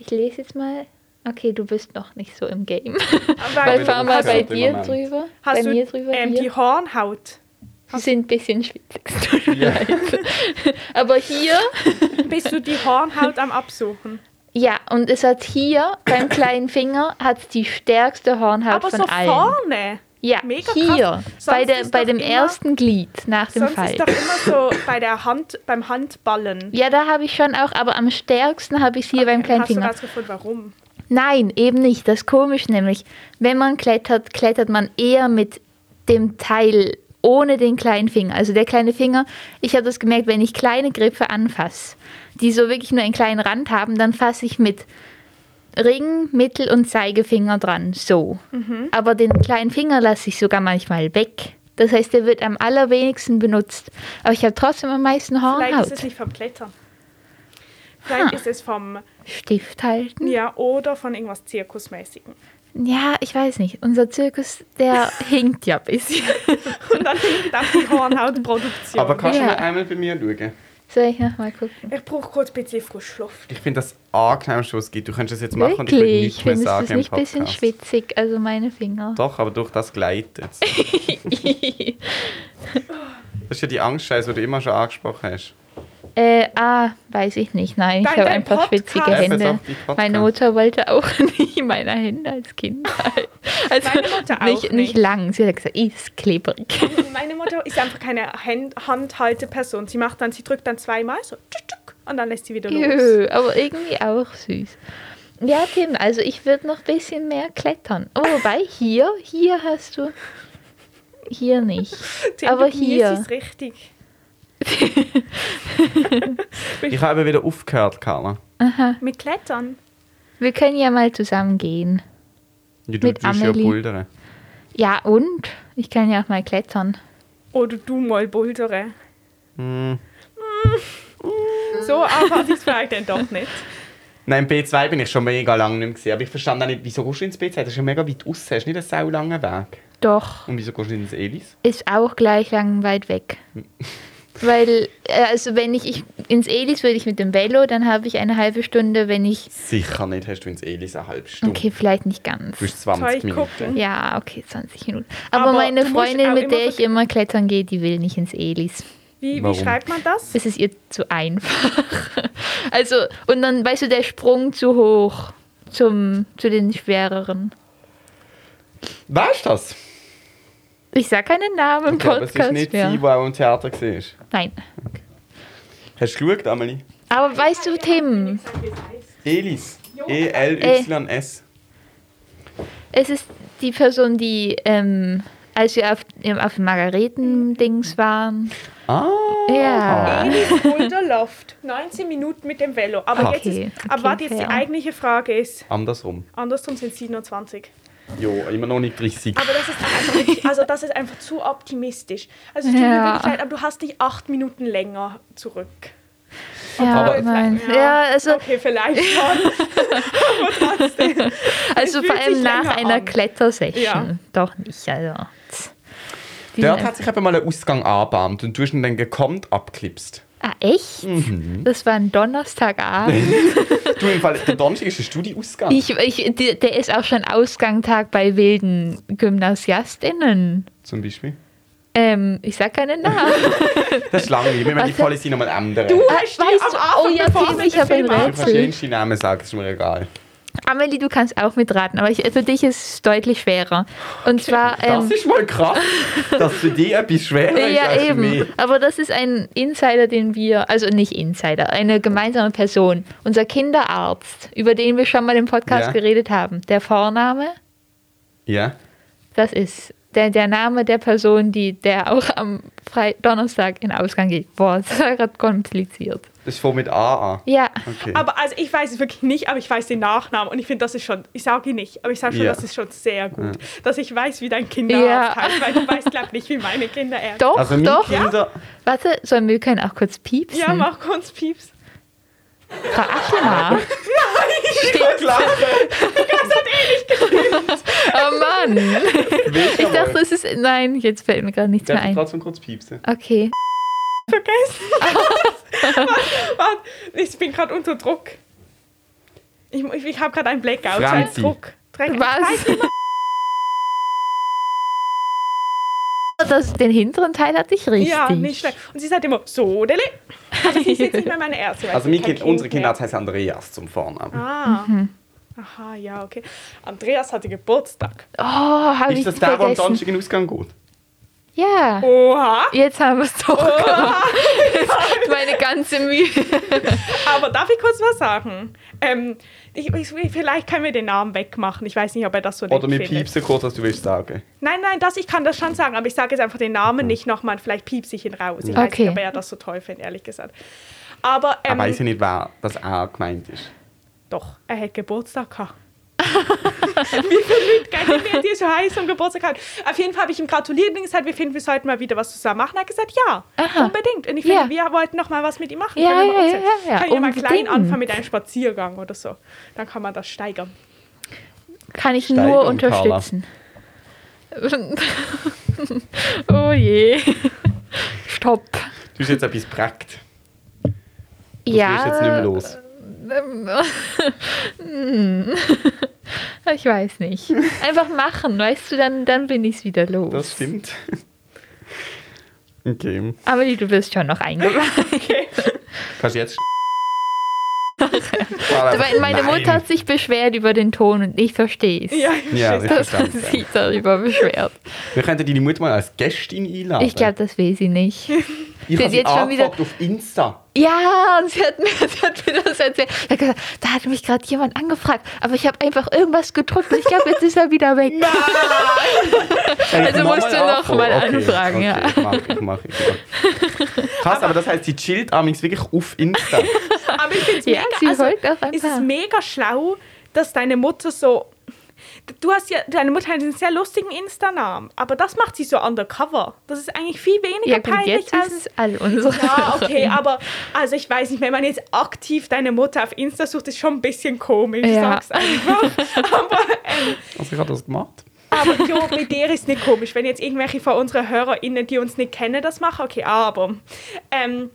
S3: Ich lese jetzt mal. Okay, du bist noch nicht so im Game.
S1: Weil
S3: Weil fahr mal bei
S1: Moment.
S3: dir drüber.
S2: halt Hast
S3: bei
S2: du
S3: mir drüber.
S2: ähm,
S3: hier.
S2: die Hornhaut?
S3: Sie sind ein bisschen schwitzig. tut mir leid. Aber hier
S2: Bist du die Hornhaut am Absuchen?
S3: Ja, und es hat hier beim kleinen Finger hat's die stärkste Hornhaut
S2: Aber
S3: von
S2: so
S3: allen.
S2: vorne.
S3: ja,
S2: mega
S3: hier
S2: krass. Sonst
S3: bei, der,
S2: ist
S3: bei
S2: doch
S3: dem
S2: immer-
S3: ersten Glied nach dem
S2: Sonst
S3: Fall.
S2: ist doch immer so bei der Hand, beim Handballen.
S3: Ja, da habe ich schon auch, aber am stärksten habe ich hier beim kleinen
S2: Hast du
S3: Finger.
S2: rausgefunden, warum?
S3: Nein, eben nicht. Das ist komisch nämlich. Wenn man klettert, klettert man eher mit dem Teil ohne den kleinen Finger. Also der kleine Finger, ich habe das gemerkt, wenn ich kleine Griffe anfasse, die so wirklich nur einen kleinen Rand haben, dann fasse ich mit Ring, Mittel- und Zeigefinger dran. So.
S2: Mhm.
S3: Aber den kleinen Finger lasse ich sogar manchmal weg. Das heißt, der wird am allerwenigsten benutzt. Aber ich habe trotzdem am meisten
S2: Vielleicht ist
S3: Hornhaut.
S2: es nicht vom Klettern. Vielleicht ist es vom,
S3: Stift halten.
S2: ja, oder von irgendwas Zirkusmäßigem.
S3: Ja, ich weiß nicht. Unser Zirkus, der hinkt ja ein bisschen.
S2: Und dann liegt auch die Hornhautproduktion.
S1: Aber kannst
S3: Ja.
S1: du mal einmal bei mir schauen?
S3: Soll ich nochmal gucken?
S2: ich brauche kurz ein bisschen frische Luft.
S1: Ich finde das angenehmste, was es gibt. Du kannst das jetzt machen und ich würde
S3: Wirklich?
S1: nichts mehr
S3: Findest du
S1: sagen
S3: es nicht
S1: im
S3: ein bisschen
S1: Podcast.
S3: schwitzig? Also meine Finger.
S1: Doch, aber durch das gleitet es. Das ist ja die Angstscheiße, die du immer schon angesprochen hast.
S3: äh, ah, weiß ich nicht. Nein, ich
S2: Dein-
S3: habe
S2: dein
S3: ein paar
S2: Podcast.
S3: schwitzige
S2: Ja,
S1: ist jetzt
S3: Hände.
S1: auch die Podcast.
S3: Meine Mutter wollte auch nicht meine Hände als Kind. Also
S2: Meine Mutter auch
S3: nicht, nicht
S2: nicht.
S3: lang. Sie hat gesagt, "Ih, ist klebrig.
S2: Meine Mutter ist einfach keine Hand Handhalteperson. Sie macht dann, sie drückt dann zweimal so tschuk, tschuk, und dann lässt sie wieder los.
S3: Jö, aber irgendwie auch süß. Ja, Tim, also ich würde noch ein bisschen mehr klettern. Oh, wobei hier, hier hast du. Hier nicht.
S2: Tim,
S3: aber
S2: du genießt
S3: hier.
S2: es richtig.
S1: Ich habe wieder aufgehört, Carla.
S2: Mit Klettern.
S3: Wir können ja mal zusammen gehen.
S1: Ja, du
S3: Mit
S1: tust ja
S3: Amelie.
S1: bouldern.
S3: Ja, und? Ich kann ja auch mal klettern.
S2: Oder du mal bouldere. So anfangs ist es vielleicht dann doch nicht.
S1: Nein, im B2 bin ich schon mega lange nicht mehr. gewesen. Aber ich verstand auch nicht, wieso gehst du ins B2? Das ist ja mega weit raus. Das ist nicht ein sau langer Weg.
S3: Doch.
S1: Und wieso gehst du nicht ins Elis?
S3: Ist auch gleich lang weit weg. Weil, äh, also wenn ich, ich ins Elis würde ich mit dem Velo, dann habe ich eine halbe Stunde, wenn ich.
S1: Sicher nicht hast du ins Elis eine halbe Stunde.
S3: Okay, vielleicht nicht
S1: Du
S3: ganz.
S1: bist 20
S2: Soll ich gucken?
S1: Minuten.
S3: Ja, okay, 20 Minuten. Aber,
S2: Aber
S3: meine
S2: du musst
S3: Freundin,
S2: auch
S3: mit
S2: immer
S3: der ich
S2: verge-
S3: immer klettern gehe, die will nicht ins Elis.
S2: Wie, wie
S1: Warum?
S2: schreibt man das?
S3: Es ist ihr zu einfach. also, und dann, weißt du, der Sprung zu hoch zum, zu den schwereren.
S1: Weißt du das?
S3: Ich sag keinen Namen im
S1: Ja, aber es ist
S3: Podcast
S1: nicht
S3: mehr.
S1: sie, die auch im Theater war.
S3: Nein.
S1: Hast du geschaut, Amelie?
S3: Aber weißt du, Tim,
S1: Elis. E E-L-Y-S.
S3: es ist die Person, die, ähm, als wir auf, ähm, auf dem Margareten-Dings waren.
S2: Oh.
S1: Ah.
S3: Ja.
S2: Elis Boulderloft. 19 Minuten mit dem Velo. Aber,
S3: Okay,
S2: jetzt ist,
S3: okay,
S2: aber warte, jetzt
S3: fair.
S2: die eigentliche Frage ist,
S1: Andersrum.
S2: andersrum sind 27.
S1: Jo, immer noch nicht 30.
S2: Aber das ist einfach, wirklich- also das ist einfach zu optimistisch. Also es tut mir
S3: Ja.
S2: wirklich leid, aber du hast dich 8 Minuten länger zurück.
S3: Ja,
S1: Aber-
S3: nein. ja also,
S2: Oh. Okay, vielleicht schon.
S3: also
S2: es
S3: vor
S2: fühlt
S3: allem
S2: sich
S3: nach
S2: länger
S3: einer
S2: an.
S3: Klettersession.
S2: Ja.
S3: Doch nicht, also. tss. Die
S1: Dort
S3: sind
S1: hat sich eben mal ein Ausgang angebahnt und du hast ihn dann gekommt abgeklipst.
S3: Ah, echt?
S2: Mhm.
S3: Das war ein Donnerstagabend.
S1: Du, im Fall, der Donnerstag ist eine Studie ausgegangen.
S3: ich, ich, der der ist auch schon Ausgangtag bei wilden Gymnasiastinnen.
S1: Zum Beispiel.
S3: Ähm, ich sag keinen Namen.
S1: Das ist langweilig. Wir müssen die
S3: Also-
S1: Policy nochmal ändern.
S2: Du
S1: Du
S2: hast dich
S3: weißt
S2: am
S3: du-
S2: Anfang,
S3: oh ja,
S2: bevor
S3: Tim,
S2: wir
S3: ich
S2: den
S3: hab ein
S2: Film an-
S3: Rätsel.
S1: kannst verschiedenste Namen sagen, ist mir egal.
S3: Amelie, du kannst auch mitraten, aber ich, für dich ist es deutlich schwerer. Und zwar.
S1: Das
S3: Ähm,
S1: ist mal krass, dass für dich etwas schwerer ist
S3: ja,
S1: als für
S3: eben.
S1: mich.
S3: Aber das ist ein Insider, den wir, also nicht Insider, eine gemeinsame Person, unser Kinderarzt, über den wir schon mal im Podcast
S1: Ja.
S3: geredet haben. Der Vorname,
S1: Ja.
S3: das ist der, der Name der Person, die der auch am Fre Donnerstag in Ausgang geht. Boah, das war gerade kompliziert.
S1: Das fängt mit A an.
S3: Ja.
S1: Okay.
S2: Aber also ich weiß es wirklich nicht, aber ich weiß den Nachnamen und ich finde, das ist schon, ich sage ihn nicht, aber ich sage schon,
S1: Ja.
S2: das ist schon sehr gut, dass ich weiß, wie dein Kinder
S3: Ja.
S2: heißt, weil du weißt, glaube nicht, wie meine Kinder erst.
S3: Doch,
S1: also meine
S3: doch.
S1: Kinder,
S3: Warte, sollen wir können auch kurz piepsen?
S2: Ja, mach kurz Pieps.
S3: Frau Achelmar. Oh Mann.
S1: ich
S3: Ich dachte, es ist. Nein, jetzt fällt mir gerade nichts mehr
S1: Darf ich
S3: ein.
S1: trotzdem kurz
S3: Ah,
S1: piepsen?
S3: Okay.
S2: Warte, ich bin gerade unter Druck. Ich, mu- ich, ich habe gerade einen Blackout.
S1: Franzi.
S2: Druck. Dreck.
S3: Was? Das, den hinteren Teil hatte ich richtig.
S2: Ja, nicht schlecht. Und sie sagt immer, so, Dele. Aber sie ist jetzt nicht mehr meine Ärzte. weil
S1: Also
S2: sie
S1: mein
S2: kein
S1: kind, unsere
S2: mehr.
S1: Kinder heißt Andreas zum Vornamen.
S2: Ah.
S3: Mhm.
S2: Aha, ja, okay. Andreas hatte Geburtstag.
S3: Oh, habe ich
S1: Ist das der, der am
S3: vergessen.
S1: Donnerstag in den Ausgang geht?
S3: Ja.
S2: Oha.
S3: Jetzt haben wir es doch
S2: Oh.
S3: gemacht. Meine ganze Mühe.
S2: Aber darf ich kurz was sagen? Ähm, ich, ich, vielleicht können wir den Namen wegmachen. Ich weiß nicht, ob er das so
S1: Oder wir
S2: nett findet.
S1: piepsen kurz, was du willst sagen.
S2: Nein, nein, das, ich kann das schon sagen, aber ich sage jetzt einfach den Namen nicht nochmal. Vielleicht piepse ich ihn raus. Ich weiß
S3: Okay.
S2: nicht, ob er das so toll findet, ehrlich gesagt. Aber,
S1: Er
S2: ähm,
S1: Ah, weiß ja nicht, wer das A gemeint ist.
S2: doch, er hat Geburtstag gehabt. Wie viele Leute kennen wir, die so heiß am Geburtstag haben? Auf jeden Fall habe ich ihm gratuliert und gesagt, wir finden, wir sollten mal wieder was zusammen machen. Er hat gesagt, ja,
S3: Aha.
S2: unbedingt. Und ich finde,
S3: Ja.
S2: wir wollten noch mal was mit ihm machen.
S3: Ja,
S2: Können wir
S3: ja,
S2: uns-
S3: ja, ja, ja,
S2: Kann ich mal klein
S3: unbedingt.
S2: anfangen mit einem Spaziergang oder so. Dann kann man das steigern.
S3: Kann ich
S1: Steigung,
S3: nur unterstützen. oh je. Stopp.
S1: Du hast jetzt etwas prägt. Du bist jetzt nicht mehr
S3: Ja.
S1: los.
S3: Hm. ich weiß nicht. Einfach machen, weißt du, dann, dann bin ich wieder los.
S1: Das stimmt. Okay.
S3: Aber du bist schon noch eingeladen.
S1: Kannst du jetzt Aber
S3: Weil Meine
S1: Nein.
S3: Mutter hat sich beschwert über den Ton und ich verstehe es.
S2: Ja,
S1: Ja, ich
S3: Dass man
S1: verstanden.
S3: sich darüber beschwert.
S1: Wir könnten deine Mutter mal als Gästin einladen.
S3: Ich glaube, das will sie nicht.
S1: ich
S3: sie
S1: habe sie
S3: jetzt schon
S1: angefragt auf Insta.
S3: Ja, und sie hat mir, sie hat mir das erzählt. Sie hat gesagt, Da hat mich gerade jemand angefragt, aber ich habe einfach irgendwas gedrückt und ich glaube, jetzt ist er wieder weg. Also musst du noch mal anfragen, ja.
S1: ja. Mach ich, mach ich. ja. Krass, aber das heißt, sie chillt amigs wirklich auf Insta. Also
S2: Aber ich finde es
S3: Ja,
S2: mega,
S3: sie
S2: also,
S3: folgt auch
S2: es
S3: einfach.
S2: ist mega schlau, dass deine Mutter so. Du hast ja, deine Mutter hat einen sehr lustigen Insta-Namen, aber das macht sie so undercover. Das ist eigentlich viel weniger
S3: Ja, gut,
S2: peinlich
S3: jetzt
S2: als.
S3: ist es all unsere.
S2: Ja, okay,
S3: Sachen.
S2: aber also ich weiß nicht, wenn man jetzt aktiv deine Mutter auf Insta sucht, ist schon ein bisschen komisch,
S3: Ja.
S2: sag's einfach. Aber, ähm,
S1: Also ich habe das gemacht.
S2: aber jo, mit dir ist nicht komisch. Wenn jetzt irgendwelche von unseren HörerInnen, die uns nicht kennen, das machen, okay, aber ähm,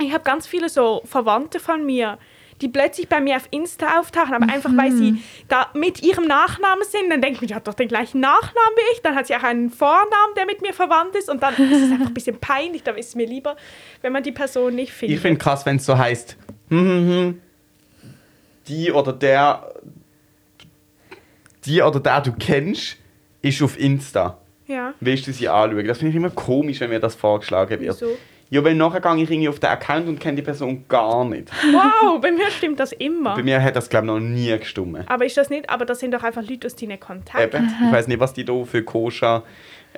S2: ich habe ganz viele so Verwandte von mir, die plötzlich bei mir auf Insta auftauchen, aber einfach weil sie da mit ihrem Nachnamen sind, dann denke ich mir, die hat doch den gleichen Nachnamen wie ich, dann hat sie auch einen Vornamen, der mit mir verwandt ist und dann ist es einfach ein bisschen peinlich, dann ist es mir lieber, wenn man die Person nicht
S1: Ich
S2: findet.
S1: finde krass, wenn es so heißt, hm, hm, hm, die oder der, die oder der du kennst, ist auf Insta.
S2: ja.
S1: Willst du sie anschauen? Das finde ich immer komisch, wenn mir das vorgeschlagen wird.
S2: Wieso?
S1: Ja, weil nachher gehe ich irgendwie auf den Account und kenne die Person gar nicht.
S2: Wow, bei mir stimmt das immer.
S1: Bei mir hat das, glaube ich, noch nie gestimmt.
S2: aber ist das nicht, aber das sind doch einfach Leute aus deinen Kontakten.
S1: Eben. Ich weiß nicht, was die da für koscher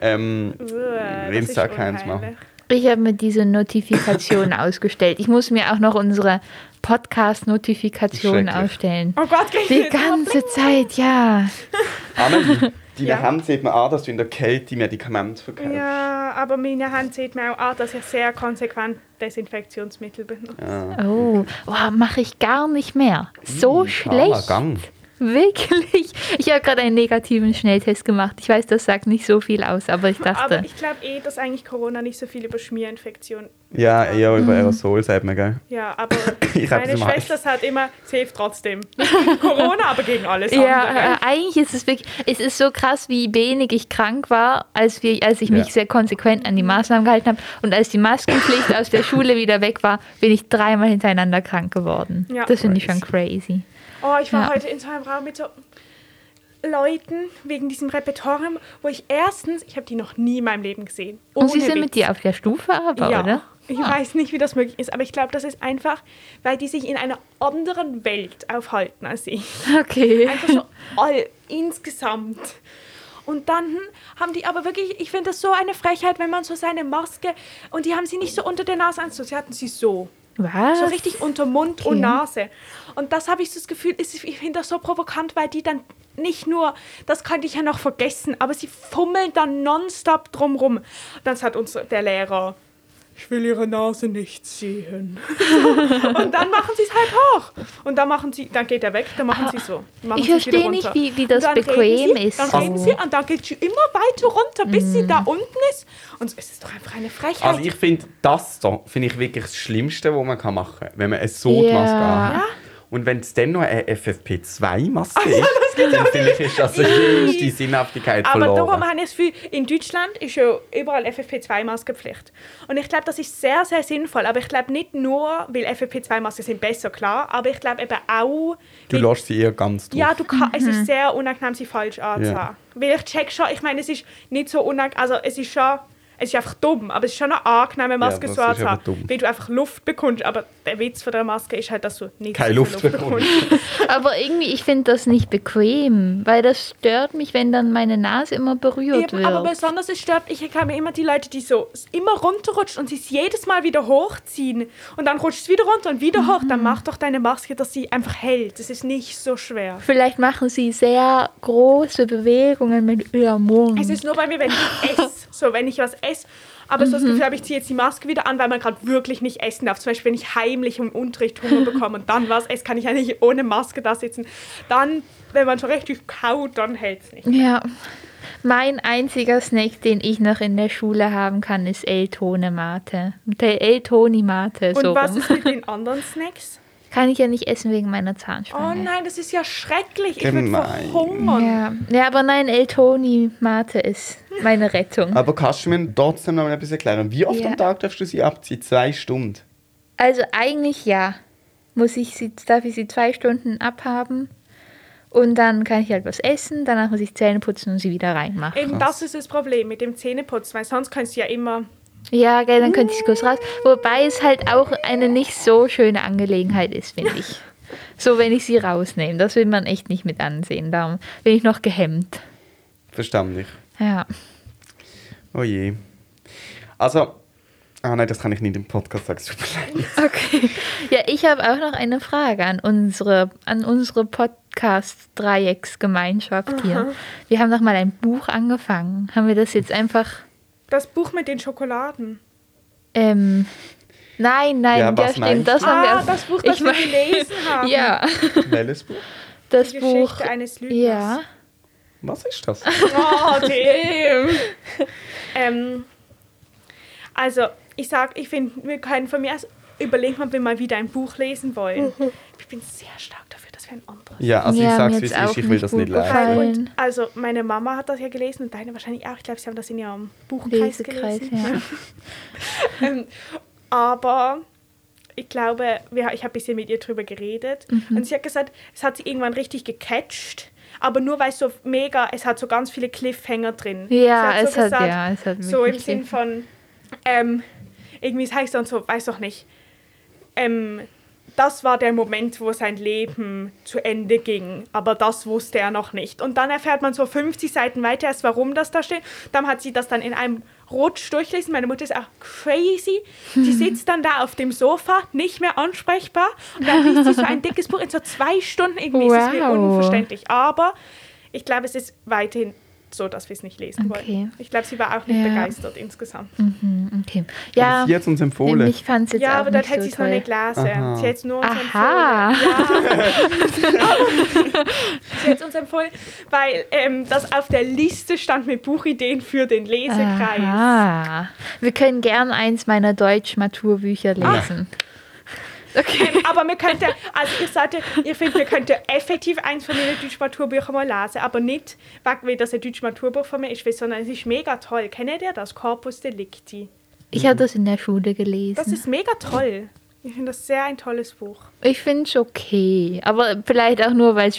S1: ähm,
S2: Uah, das ist
S1: Insta-Accounts machen.
S2: unheimlich.
S3: Ich habe mir diese Notifikation ausgestellt. Ich muss mir auch noch unsere Podcast-Notifikationen
S1: Schrecklich.
S3: ausstellen.
S2: Oh Gott, krieg ich
S3: Die
S2: jetzt immer
S3: ganze Zeit, ja.
S1: Amelie, deine
S2: Ja.
S1: Hand sieht man an, dass du in der Kälte Medikamente verkaufst.
S2: Ja, aber meine Hand sieht mir auch an, dass ich sehr konsequent Desinfektionsmittel benutze.
S1: Ah.
S3: Oh, oh mache ich gar nicht mehr. So
S1: Karma,
S3: schlecht.
S1: Hm, Gang.
S3: Wirklich? Ich habe gerade einen negativen Schnelltest gemacht. Ich weiß, das sagt nicht so viel aus, aber ich dachte.
S2: Aber ich glaube eh, dass eigentlich Corona nicht so viel über Schmierinfektionen.
S1: Ja, eher über Aerosol, sagt man, gell?
S2: Ja, aber
S1: Ich hab's
S2: meine
S1: immer
S2: Schwester sagt immer, es hilft trotzdem. Nicht gegen Corona, aber gegen alles
S3: ja, äh,
S2: andere.
S3: eigentlich ist es wirklich, es ist so krass, wie wenig ich krank war, als, wir, als ich mich
S1: Ja.
S3: sehr konsequent an die Maßnahmen gehalten habe. Und als die Maskenpflicht aus der Schule wieder weg war, bin ich dreimal hintereinander krank geworden.
S2: Ja.
S3: Das finde ich schon crazy.
S2: Oh, ich war
S3: Ja.
S2: heute in so einem Raum mit so Leuten wegen diesem Repertorium, wo ich erstens, ich habe die noch nie in meinem Leben gesehen.
S3: Und sie
S2: Ohne
S3: sind
S2: Witz.
S3: mit dir auf der Stufe, aber,
S2: ja.
S3: oder?
S2: Ich
S3: Ah.
S2: weiß nicht, wie das möglich ist, aber ich glaube, das ist einfach, weil die sich in einer anderen Welt aufhalten als ich.
S3: Okay.
S2: Einfach so all insgesamt. Und dann haben die aber wirklich, ich finde das so eine Frechheit, wenn man so seine Maske, und die haben sie nicht so unter der Nase angezogen, sie hatten sie so.
S3: Was?
S2: So richtig unter Mund und
S3: Ah, Okay.
S2: Nase. Und das habe ich so das Gefühl, ist, ich finde das so provokant, weil die dann nicht nur, das könnte ich ja noch vergessen, aber sie fummeln dann nonstop drumrum. Dann sagt uns der Lehrer, ich will ihre Nase nicht sehen. und dann machen sie es halt hoch. Und dann machen sie, dann geht er weg, dann machen sie so. Machen
S3: ich
S2: sie es wieder
S3: verstehe nicht,
S2: runter.
S3: wie- wie
S2: Und
S3: das
S2: dann reden
S3: bequem
S2: sie,
S3: ist. Mm.
S2: Dann reden
S3: Also-
S2: sie und dann geht sie immer weiter runter, bis sie da unten ist. Und es ist doch einfach eine Frechheit.
S1: Also ich finde, das da finde ich wirklich das Schlimmste, was man kann machen kann, wenn man eine Sodmaske
S3: Ja.
S1: hat.
S2: Ja.
S1: Und wenn es dann noch eine
S3: Ah,
S1: FFP2-Maske ist, dann finde ich, ist das die schönste Sinnhaftigkeit
S2: Aber darum
S1: verloren.
S2: habe ich das Gefühl, in Deutschland ist ja überall FFP2-Maskenpflicht. Und ich glaube, das ist sehr, sehr sinnvoll. Aber ich glaube nicht nur, weil FFP2-Masken sind besser, klar, aber ich glaube eben auch...
S1: Du
S2: weil-
S1: lässt sie eher ganz drauf.
S2: ja, du kann, es ist sehr unangenehm, sie falsch anzuhaben. Weil ich check schon, ich meine, es ist nicht so unangenehm, also es ist schon, es ist einfach dumm, aber es ist schon eine angenehme Maske
S1: das
S2: so
S1: ist
S2: anzuhaben,
S1: aber dumm.
S2: weil du einfach Luft bekommst. Aber der Witz von der Maske ist halt, dass du nicht
S1: Keine
S2: so viel
S1: Luft bekommst.
S3: Aber irgendwie, ich finde das nicht bequem, weil das stört mich, wenn dann meine Nase immer berührt
S2: Eben,
S3: wird.
S2: aber besonders es stört, ich erkenne immer die Leute, die so es immer runterrutscht und sie es jedes Mal wieder hochziehen und dann rutscht es wieder runter und wieder hoch.
S3: Mhm.
S2: Dann mach doch deine Maske, dass sie einfach hält. Es ist nicht so schwer.
S3: Vielleicht machen sie sehr große Bewegungen mit ihrem Mund.
S2: Es ist nur bei mir, wenn ich esse. So, wenn ich was esse, aber
S3: Mhm.
S2: so das Gefühl habe, ich ziehe jetzt die Maske wieder an, weil man gerade wirklich nicht essen darf. Zum Beispiel, wenn ich heimlich im Unterricht Hunger bekomme und dann was esse, kann ich ja nicht ohne Maske da sitzen. Dann, wenn man schon richtig kaut, dann hält es nicht.
S3: ja. Mein einziger Snack, den ich noch in der Schule haben kann, ist Eltone-Mate. Eltoni-Mate,
S2: Und
S3: so
S2: was
S3: rum.
S2: ist mit den anderen Snacks?
S3: Kann ich ja nicht essen wegen meiner
S2: Oh
S3: Zahnspange.
S2: nein, das ist ja schrecklich. Ich würde
S1: Gemein.
S2: verhungern.
S3: Ja. ja, aber nein, Eltoni-Mate ist meine Rettung.
S1: Aber kannst du mir trotzdem noch mal etwas erklären? Wie oft
S3: Ja.
S1: am Tag darfst du sie abziehen? Zwei Stunden.
S3: Also eigentlich ja. Muss ich sie, darf ich sie zwei Stunden abhaben und dann kann ich halt was essen, danach muss ich Zähne putzen und sie wieder reinmachen.
S2: Eben das ist das Problem mit dem Zähneputzen, weil sonst kannst du ja immer.
S3: Ja, gell, dann könnte ich es kurz raus. Wobei es halt auch eine nicht so schöne Angelegenheit ist, finde ich. So, wenn ich sie rausnehme. Das will man echt nicht mit ansehen. Darum bin ich noch gehemmt.
S1: Verständlich.
S3: Ja.
S1: Oh je. Also, ah nein, das kann ich nicht im Podcast sagen. es tut mir leid.
S3: Okay. Ja, ich habe auch noch eine Frage an unsere, an unsere Podcast-Dreiecksgemeinschaft hier. Wir haben noch mal ein Buch angefangen. Haben wir das jetzt einfach.
S2: Das Buch mit den Schokoladen.
S3: Ähm, nein, nein,
S1: Ja,
S3: ja,
S1: was
S3: stimmt.
S1: meinst
S3: Das haben wir
S2: ah,
S3: auch-
S2: das Buch, das
S3: ich
S2: wir
S3: mein-
S2: gelesen haben.
S3: Ja,
S1: Welches Buch?
S3: das
S2: Die
S3: Buch.
S2: Geschichte eines Lügners.
S3: Ja.
S1: Was ist das?
S2: Oh, damn. ähm, also, ich sag, ich finde, wir können von mir aus überlegen, ob wir mal wieder ein Buch lesen wollen.
S3: Mhm.
S2: Ich bin sehr stark dafür, dass wir ein anderes.
S1: Ja, also
S3: Ja,
S1: ich sag's
S3: mir
S1: wie es
S3: hat's
S1: ist,
S3: auch
S1: ich will
S3: nicht
S1: das
S3: gut
S1: nicht leiden.
S3: gefallen.
S2: Weil,
S3: Nein.
S2: und also meine Mama hat das ja gelesen und deine wahrscheinlich auch. Ich glaube, sie haben das in ihrem Buchkreis
S3: Lesekreis,
S2: gelesen.
S3: ja.
S2: Ähm, aber ich glaube, wir, ich habe ein bisschen mit ihr drüber geredet.
S3: Mhm.
S2: Und sie hat gesagt, es hat sie irgendwann richtig gecatcht. Aber nur weil es so mega, es hat so ganz viele Cliffhanger drin.
S3: Ja,
S2: Sie so
S3: es hat- ja, es hat wirklich
S2: So im Sinn
S3: Cliffhanger.
S2: von, ähm, irgendwie es heißt dann so, weiß doch nicht, ähm, das war der Moment, wo sein Leben zu Ende ging. Aber das wusste er noch nicht. Und dann erfährt man so 50 Seiten weiter erst, warum das da steht. Dann hat sie das dann in einem Rutsch durchlesen. Meine Mutter ist auch crazy. Die sitzt dann da auf dem Sofa, nicht mehr ansprechbar. Und dann liest sie so ein dickes Buch in so zwei Stunden. Irgendwie ist es mir
S3: Wow.
S2: unverständlich. Aber ich glaube, es ist weiterhin so, dass wir es nicht lesen
S3: Okay.
S2: wollen. Ich glaube, sie war auch nicht
S3: Ja.
S2: begeistert insgesamt.
S3: Okay.
S1: Ja.
S3: Ja,
S1: Sie hat uns empfohlen.
S3: ich fand es jetzt
S2: Ja,
S3: auch
S2: aber dann
S3: nicht
S2: hätte sie
S3: so
S2: es noch eine
S3: toll.
S2: Glase.
S1: Aha.
S2: Sie hat es nur uns
S3: Aha.
S2: empfohlen. Ja. sie hat es uns empfohlen, weil ähm, das auf der Liste stand mit Buchideen für den Lesekreis.
S3: Ah, wir können gern eins meiner Deutsch-Maturbücher lesen. Okay.
S2: Aber wir könnten, also ich sagte, ich finde, wir könnten effektiv eins von meinen Deutsch-Maturbüchern mal lesen, aber nicht, weil das ein Deutsch-Maturbuch von mir ist, sondern es ist mega toll. Kennt ihr das? Corpus Delicti.
S1: Mhm.
S3: Ich habe das in der Schule gelesen.
S2: Das ist mega toll. Ich finde das sehr ein tolles Buch.
S3: ich finde es okay, aber vielleicht auch nur, weil es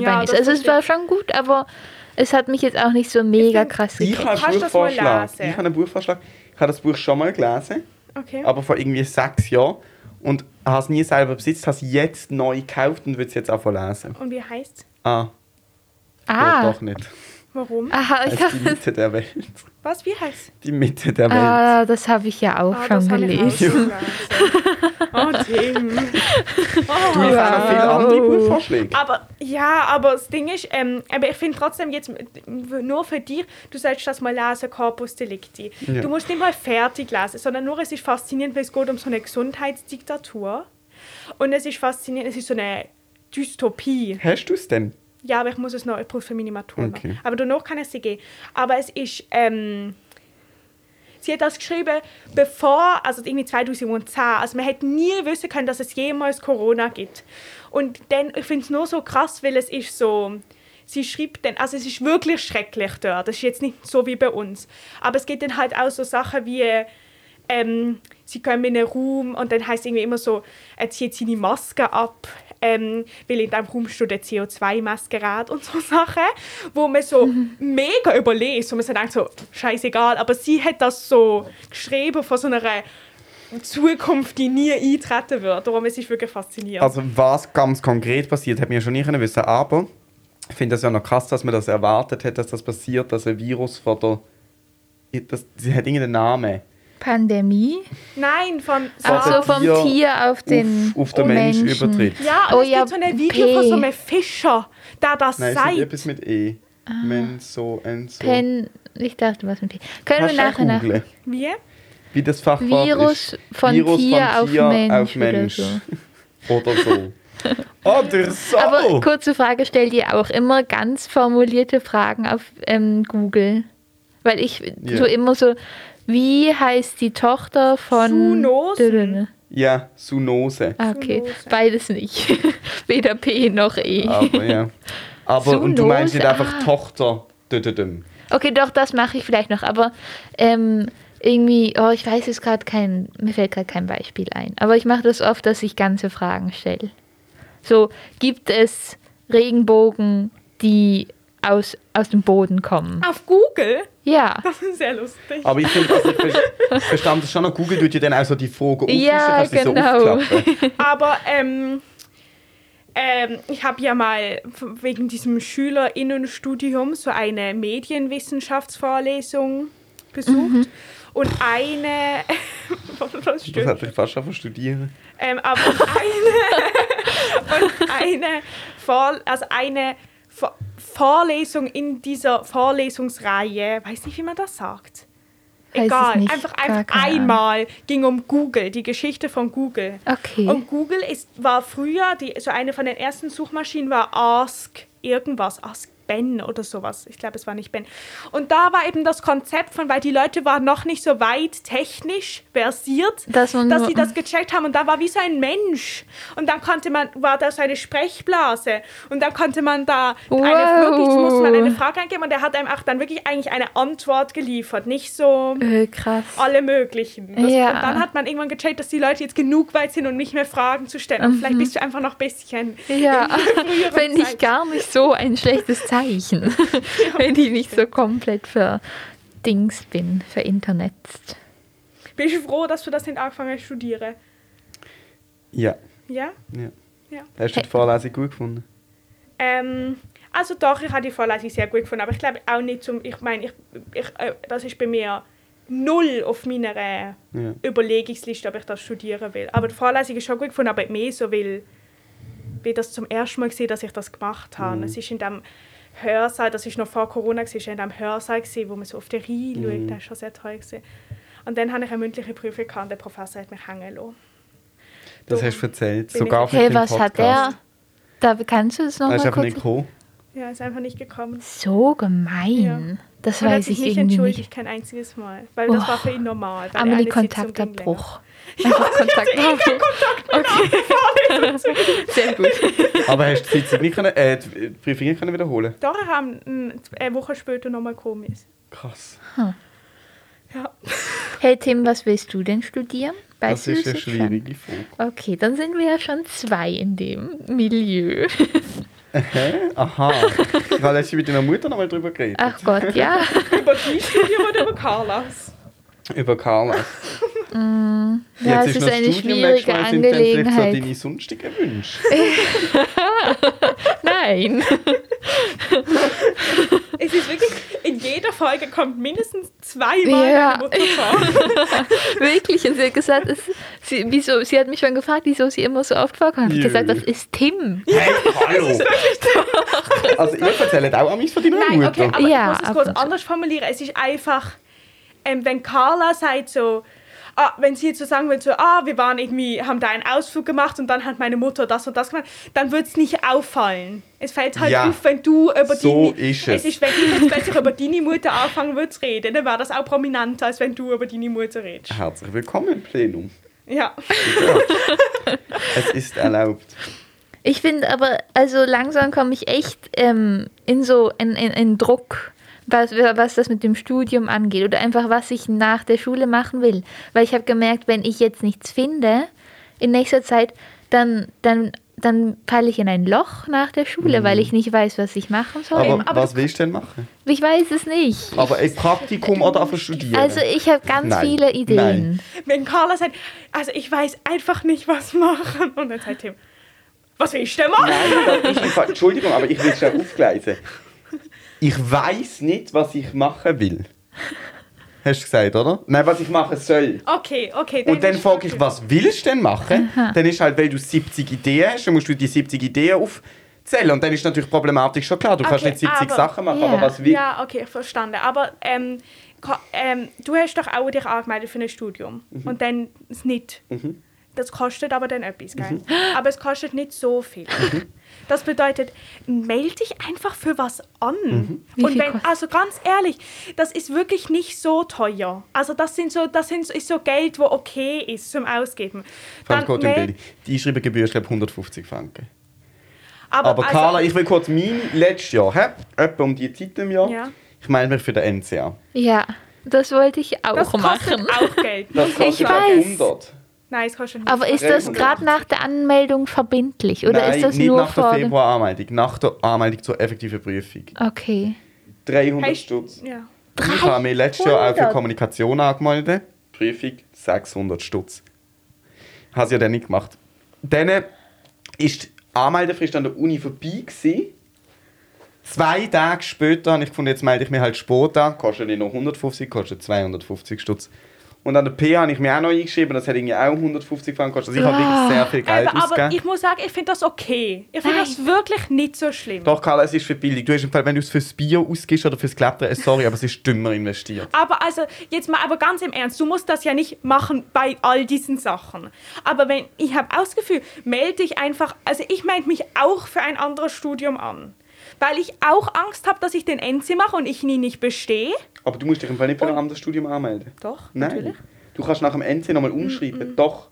S2: Ja,
S3: bei mir ist.
S2: das
S3: Also es
S2: verstehe
S3: war schon gut, aber es hat mich jetzt auch nicht so mega
S2: find-
S3: krass
S1: Ich
S3: gekriegt.
S1: habe einen
S2: Kannst du das mal
S1: Buchvorschlag.
S2: lesen?
S1: Ich habe einen Buchvorschlag. Ich habe das Buch schon mal gelesen,
S2: Okay.
S1: aber vor irgendwie sechs Jahren. Und habe es nie selber besitzt, habe es jetzt neu gekauft und würde es jetzt auch lesen.
S2: Und wie heißt
S1: Ah,
S3: Ah,
S1: doch nicht.
S2: Warum?
S3: Aha, ich
S1: Als die
S3: dachte,
S1: Mitte der Welt.
S2: Was? Wie heißt
S1: Die Mitte der Welt.
S3: ah, das habe ich ja auch
S2: Ah,
S3: schon
S2: das habe ich
S3: gelesen.
S2: rausgelassen. Oh, Themen.
S1: Du hast auch noch viele
S3: Ah.
S1: andere
S3: Wow.
S1: Buchvorschläge.
S2: Aber ja, aber das Ding ist, ähm, aber ich finde trotzdem jetzt äh, nur für dich, du sollst das mal lesen, Corpus Delicti.
S1: Ja.
S2: Du musst nicht mal fertig lesen, sondern nur es ist faszinierend, weil es geht um so eine Gesundheitsdiktatur. Und es ist faszinierend, es ist so eine Dystopie.
S1: Hast du es denn?
S2: Ja, aber ich muss es noch, ich brauche für meine Matura. noch.
S1: Okay.
S2: Aber danach kann ich sie gehen. Aber es ist, ähm, sie hat das geschrieben, bevor, also irgendwie 2010, also man hätte nie wissen können, dass es jemals Corona gibt. Und dann, ich finde es nur so krass, weil es ist so, sie schreibt dann, also es ist wirklich schrecklich dort, das ist jetzt nicht so wie bei uns. Aber es geht dann halt auch so Sachen wie, ähm, sie kommen in einen Raum und dann heißt irgendwie immer so, er zieht seine Maske ab, ähm, weil in diesem Raum steht ein CO2-Maskerad und so Sachen, wo man so mega überlegt und man so denkt so, scheißegal, aber sie hat das so geschrieben von so einer Zukunft, die nie eintreten wird. Darum es ist wirklich faszinierend.
S1: Also was ganz konkret passiert, hat mir schon nicht können wissen, aber ich finde das ja noch krass, dass man das erwartet hat, dass das passiert, dass ein Virus von der... Das, sie hat irgendeinen Namen.
S3: Pandemie?
S2: Nein, von
S3: Also
S1: der
S3: vom
S1: Tier
S3: Tier auf den
S1: auf, auf den Mensch
S3: Menschen.
S1: übertritt.
S2: ja, und
S3: Oh
S2: es
S3: ja,
S2: gibt so ein Video von so einem Fischer, der das
S1: Nein, es ist
S2: sagt.
S1: etwas mit E. Men, so, en, so.
S3: Ah. Pen, ich dachte, was mit P. Können
S1: Kannst du
S3: wir
S1: auch
S3: nachher nach.
S1: googlen,
S2: Wie?
S1: Wie das Fachwort
S3: Virus
S1: ist.
S3: von Tier auf Mensch oder
S1: Oder so. Oder so.
S3: Aber kurze Frage, stellt ihr auch immer ganz formulierte Fragen auf ähm, Google? Weil ich
S1: Ja.
S3: so immer so, wie heißt die Tochter von...
S2: Zoonosen.
S1: ja, Zoonose.
S3: Ah, okay,
S2: Zoonose.
S3: beides nicht. Weder P noch E.
S1: Aber ja. Aber und du
S3: Zoonose,
S1: meinst nicht einfach
S3: ah.
S1: Tochter. Dö, dö, dö.
S3: Okay, doch, das mache ich vielleicht noch, aber ähm, irgendwie, oh, ich weiß es gerade kein, mir fällt gerade kein Beispiel ein. Aber ich mache das oft, dass ich ganze Fragen stelle. So, gibt es Regenbogen, die aus, aus dem Boden kommen?
S2: Auf Google?
S3: Ja.
S2: Das ist sehr lustig.
S1: Aber ich finde, also ich ver- verstand das schon noch. Google tut dir dann auch so die Frage auflisten,
S3: Ja,
S1: kannst du so
S3: genau.
S1: aufklappen.
S2: Aber ähm, ähm, ich habe ja mal f- wegen diesem Schülerinnenstudium so eine Medienwissenschaftsvorlesung besucht.
S3: Mhm.
S2: Und eine, was
S1: Das
S2: stimmt,
S1: hat ich halt- fast schon von studieren.
S2: ähm, aber eine, und eine, Vor, also eine Vor Vorlesung in dieser Vorlesungsreihe, weiß nicht, wie man das sagt.
S3: Weiß es
S2: Egal,
S3: nicht,
S2: einfach,
S3: gar
S2: einfach
S3: keine Ahnung.
S2: einmal ging um Google, die Geschichte von Google.
S3: Okay.
S2: Und Google ist, war früher, die, so eine von den ersten Suchmaschinen war Ask irgendwas, Ask Ben oder sowas. Ich glaube, es war nicht Ben. Und da war eben das Konzept von, weil die Leute waren noch nicht so weit technisch versiert,
S3: Dass man
S2: dass
S3: nur-
S2: sie das gecheckt haben. Und da war wie so ein Mensch. Und dann konnte man, war da so eine Sprechblase. Und dann konnte man da eine,
S3: Wow.
S2: wirklich, musste man eine Frage eingeben. Und er hat einem auch dann wirklich eigentlich eine Antwort geliefert. Nicht so
S3: Öh, krass.
S2: alle möglichen. Das,
S3: Ja.
S2: Und dann hat man irgendwann gecheckt, dass die Leute jetzt genug weit sind, um nicht mehr Fragen zu stellen. Und vielleicht bist du einfach noch ein bisschen.
S3: Mhm. Ja,
S2: früheren
S3: finde ich
S2: Zeit.
S3: gar nicht so ein schlechtes Zeichen, wenn ich nicht so komplett für Dings bin, für Internet.
S2: Bin ich froh, dass du das nicht angefangen hast, studieren.
S1: Ja,
S2: Ja?
S1: ja.
S2: Ja.
S1: Hast du die Vorlesung gut gefunden?
S2: Ähm, also doch, ich habe die Vorlesung sehr gut gefunden, aber ich glaube auch nicht zum. Ich meine, ich, ich, äh, das ist bei mir null auf meiner äh,
S1: Ja.
S2: Überlegungsliste, ob ich das studieren will. Aber die Vorlesung ist schon gut gefunden, aber mehr so, weil ich das zum ersten Mal gesehen, dass ich das gemacht habe. Es ist in dem Hörsaal, das ist noch vor Corona, es ist in dem Hörsaal gewesen, wo man so auf den Rhein schaut, das ist schon sehr toll gewesen. Und dann habe ich eine mündliche Prüfung gehabt und der Professor hat mich hängen lassen.
S1: Das
S2: Darum
S1: hast du erzählt.
S2: bin ich-
S1: Sogar für
S3: Hey,
S1: den
S3: was
S1: Podcast. Ah,
S3: hat er? Da kannst du das
S1: Er ist
S3: nochmal
S1: einfach
S3: kurz...
S1: nicht gekommen.
S2: Ja, ist einfach nicht gekommen.
S3: So gemein.
S2: Ja.
S3: Das
S2: Und er hat
S3: weiß
S2: sich
S3: ich
S2: nicht
S3: irgendwie
S2: entschuldigt,
S3: nicht.
S2: kein einziges Mal. Weil das
S3: Oh.
S2: war für ihn normal. weil
S3: Amelie,
S2: eine Sitzung ging länger.
S3: Kontaktabbruch. Einfach Kontaktabbruch. Okay. Sehr gut.
S1: Aber hast du die, Sitzung nicht können, äh, die Prüfung nicht können wiederholen
S2: Doch, er haben eine Woche später nochmal komisch.
S1: Krass.
S2: Ja.
S3: Hey Tim, was willst du denn studieren? Bei
S1: Das ist eine
S3: Süßigkeiten?
S1: schwierige Frage.
S3: Okay, dann sind wir ja schon zwei in dem Milieu.
S1: Hä? Aha. Ich habe letztens mit deiner Mutter nochmal drüber geredet.
S3: Ach Gott, ja.
S2: Über die Studie oder über Carlas?
S1: Über Carla.
S3: Mm. Ja, es
S1: noch
S3: ist
S1: das Studium
S3: eine
S1: nächstes
S3: schwierige
S1: Mal sind dann vielleicht so
S3: Angelegenheit.
S1: deine sonstigen Wünsche.
S3: Nein.
S2: Es ist wirklich kommt mindestens zweimal
S3: Ja.
S2: meine Mutter vor.
S3: Wirklich. Und sie hat gesagt, es, sie, wieso, sie hat mich schon gefragt, wieso sie immer so oft vorkommt. Ich
S1: Jö.
S3: habe gesagt, das ist Tim.
S1: Hey, hallo! also, ihr erzählt auch an mich von deiner
S2: Nein,
S1: Mutter.
S2: okay, aber
S3: Ja,
S2: ich muss es kurz
S3: absolut.
S2: anders formulieren. Es ist einfach, ähm, wenn Carla sagt so, ah, wenn sie jetzt so sagen würde, so, ah, wir waren irgendwie, haben da einen Ausflug gemacht und dann hat meine Mutter das und das gemacht, dann würde es nicht auffallen. Es fällt halt
S1: Ja,
S2: auf, wenn du über
S1: so
S2: deine...
S1: ist es.
S2: ist, wenn du jetzt plötzlich über deine Mutter anfangen würdest zu reden, dann wäre das auch prominenter, als wenn du über deine Mutter redest.
S1: Herzlich willkommen im Plenum.
S2: Ja.
S1: Es ist erlaubt.
S3: Ich finde aber, also langsam komme ich echt ähm, in so einen in, in Druck, was, was das mit dem Studium angeht oder einfach, was ich nach der Schule machen will. Weil ich habe gemerkt, wenn ich jetzt nichts finde in nächster Zeit, dann, dann, dann falle ich in ein Loch nach der Schule, weil ich nicht weiß, was ich machen soll.
S1: Mhm. Aber,
S2: aber
S1: was willst du denn machen?
S3: ich weiß es nicht.
S1: Aber ein Praktikum oder einfach studieren?
S3: Also ich habe ganz
S1: Nein.
S3: viele Ideen.
S1: Nein.
S2: Wenn Carla sagt, also ich weiß einfach nicht, was machen. Und dann sagt Tim, was will ich denn machen?
S1: Nein, das ist im Fall- Entschuldigung, aber ich will es schon aufgleisen. Ich weiß nicht, was ich machen will. Hast du gesagt, oder? Nein, was ich machen soll.
S2: Okay, okay.
S1: Und dann
S2: ist-
S1: frage ich, was willst du denn machen? Dann ist halt, weil du 70 Ideen hast, dann musst du die 70 Ideen aufzählen. Und dann ist natürlich Problematik schon klar. Du kannst
S2: Okay,
S1: nicht 70
S2: aber-
S1: Sachen machen,
S3: ja,
S1: aber was will.
S2: Ja, okay, verstanden. Aber ähm, Ka- ähm, du hast doch auch dich angemeldet für ein Studium.
S1: Mhm.
S2: Und dann es nicht. Das kostet aber dann etwas, gell?
S1: Mhm.
S2: Aber es kostet nicht so viel. Das bedeutet, melde dich einfach für was an.
S1: Mhm.
S3: Wie
S2: Und
S3: viel
S2: wenn,
S3: kostet-
S2: also ganz ehrlich, das ist wirklich nicht so teuer. Also das sind so, das sind, ist so Geld, wo okay ist zum Ausgeben.
S1: Vor allem Gott im
S2: mel-
S1: Bild. Die Einschreibegebühr ist, glaube 150 Franken.
S2: aber,
S1: Aber
S2: also-
S1: Carla, ich will kurz mein letztes Jahr, hä? etwa um die Zeit im Jahr.
S2: Ja.
S1: Ich melde mich für den NCA.
S3: Ja, das wollte ich auch
S2: das kostet
S3: machen.
S2: auch Geld.
S1: Das kostet auch
S3: weiß.
S1: 100.
S2: Nein, es kostet nicht.
S3: Aber ist das gerade nach der Anmeldung verbindlich oder
S1: Nein,
S3: ist das
S1: nicht
S3: nur
S1: nach der
S3: vor dem-
S1: Februar-Anmeldung, nach der Anmeldung zur effektiven Prüfung.
S3: Okay.
S1: 300
S2: Hast-
S1: Stutz.
S2: ja.
S1: Ich habe mich letztes Jahr auch für
S3: 300?
S1: Kommunikation angemeldet. Prüfung 600 Stutz. Habe ich ja dann nicht gemacht. Dann war die Anmeldefrist an der Uni vorbei. Gewesen. Zwei Tage später habe ich gefunden, jetzt melde ich mich halt Sport an. Kostet nicht nur 150, kostet 250 Stutz. Und an der P habe ich mich auch noch eingeschrieben, das hat irgendwie auch 150 Franken gekostet. Also ich habe
S3: Ah.
S1: wirklich sehr viel Geld
S2: Aber, aber
S1: ausgegeben.
S2: ich muss sagen, ich finde das okay. Ich finde
S3: Nein.
S2: das wirklich nicht so schlimm.
S1: Doch, Carla, es ist für Bildung. Du hast im Fall, wenn du es fürs Bier ausgibst oder fürs Klettern, äh, sorry, aber es ist dümmer investiert.
S2: Aber also jetzt mal, aber ganz im Ernst, du musst das ja nicht machen bei all diesen Sachen. Aber wenn ich habe auch das Gefühl, melde dich einfach. Also ich melde mich auch für ein anderes Studium an, weil ich auch Angst habe, dass ich den NC mache und ich nie nicht bestehe.
S1: Aber du musst dich im Fall nicht für ein anderes Studium anmelden.
S2: Doch,
S1: Nein.
S2: natürlich. Mhm,
S1: Du kannst nach dem NC nochmal umschreiben. Doch.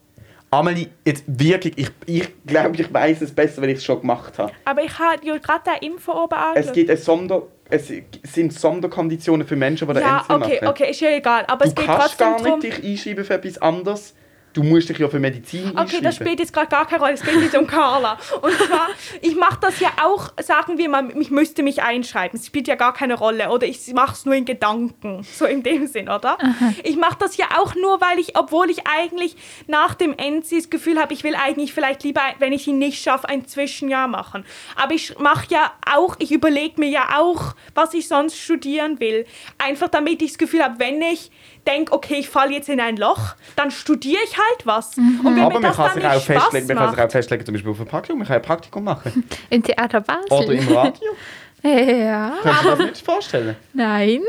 S1: Amelie, jetzt wirklich, ich, ich glaube, ich weiß es besser, wenn ich es schon gemacht habe.
S2: Aber ich habe ja gerade da Info oben
S1: Es,
S2: angeschaut.
S1: gibt eine Sonder, es sind Sonderkonditionen für Menschen, die den
S2: ja,
S1: NC
S2: okay,
S1: machen.
S2: okay, ist ja egal. Aber
S1: Du
S2: es geht
S1: kannst
S2: trotzdem
S1: gar nicht
S2: darum.
S1: dich einschreiben für etwas anderes. Du musst dich ja für Medizin
S2: Okay,
S1: einschreiben.
S2: das spielt jetzt gerade gar keine Rolle. Es geht jetzt um Carla. Und zwar, ich mache das ja auch, sagen wir mal, ich müsste mich einschreiben. Es spielt ja gar keine Rolle. Oder ich mache es nur in Gedanken. So in dem Sinn, oder? Ich mache das ja auch nur, weil ich, obwohl ich eigentlich nach dem NC das Gefühl habe, ich will eigentlich vielleicht lieber, wenn ich ihn nicht schaffe, ein Zwischenjahr machen. Aber ich mache ja auch, ich überlege mir ja auch, was ich sonst studieren will. Einfach damit ich das Gefühl habe, wenn ich denke, okay, ich falle jetzt in ein Loch, dann studiere ich halt was. Und wenn
S1: aber
S2: mir
S1: man
S2: das
S1: kann,
S2: dann
S1: sich auch
S2: nicht
S1: festlegen, man
S2: Spaß
S1: kann sich
S2: macht.
S1: auch festlegen, zum Beispiel auf ein Praktikum, man kann ein Praktikum machen.
S3: Im Theater Basel.
S1: Oder im Radio.
S3: Ja,
S1: Kannst du dir das nicht vorstellen?
S3: nein.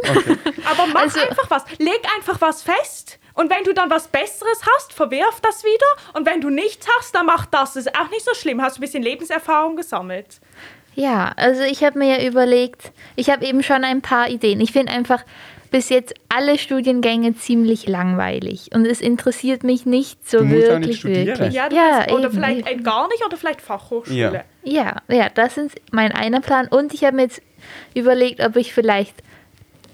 S2: Aber mach
S3: Also-
S2: einfach was. Leg einfach was fest. Und wenn du dann was Besseres hast, verwirf das wieder. Und wenn du nichts hast, dann mach das. Ist auch nicht so schlimm. Hast du ein bisschen Lebenserfahrung gesammelt.
S3: Ja, also ich habe mir ja überlegt, ich habe eben schon ein paar Ideen. Ich finde einfach bis jetzt alle Studiengänge ziemlich langweilig und es interessiert mich nicht so
S1: Du musst auch
S3: wirklich.
S1: nicht studieren.
S3: wirklich.
S2: Ja, du kannst- oder
S3: eben,
S2: vielleicht
S3: eben.
S2: äh, gar nicht oder vielleicht Fachhochschule.
S1: Ja.
S3: Ja, ja, das ist mein einer Plan. Und ich habe mir jetzt überlegt, ob ich vielleicht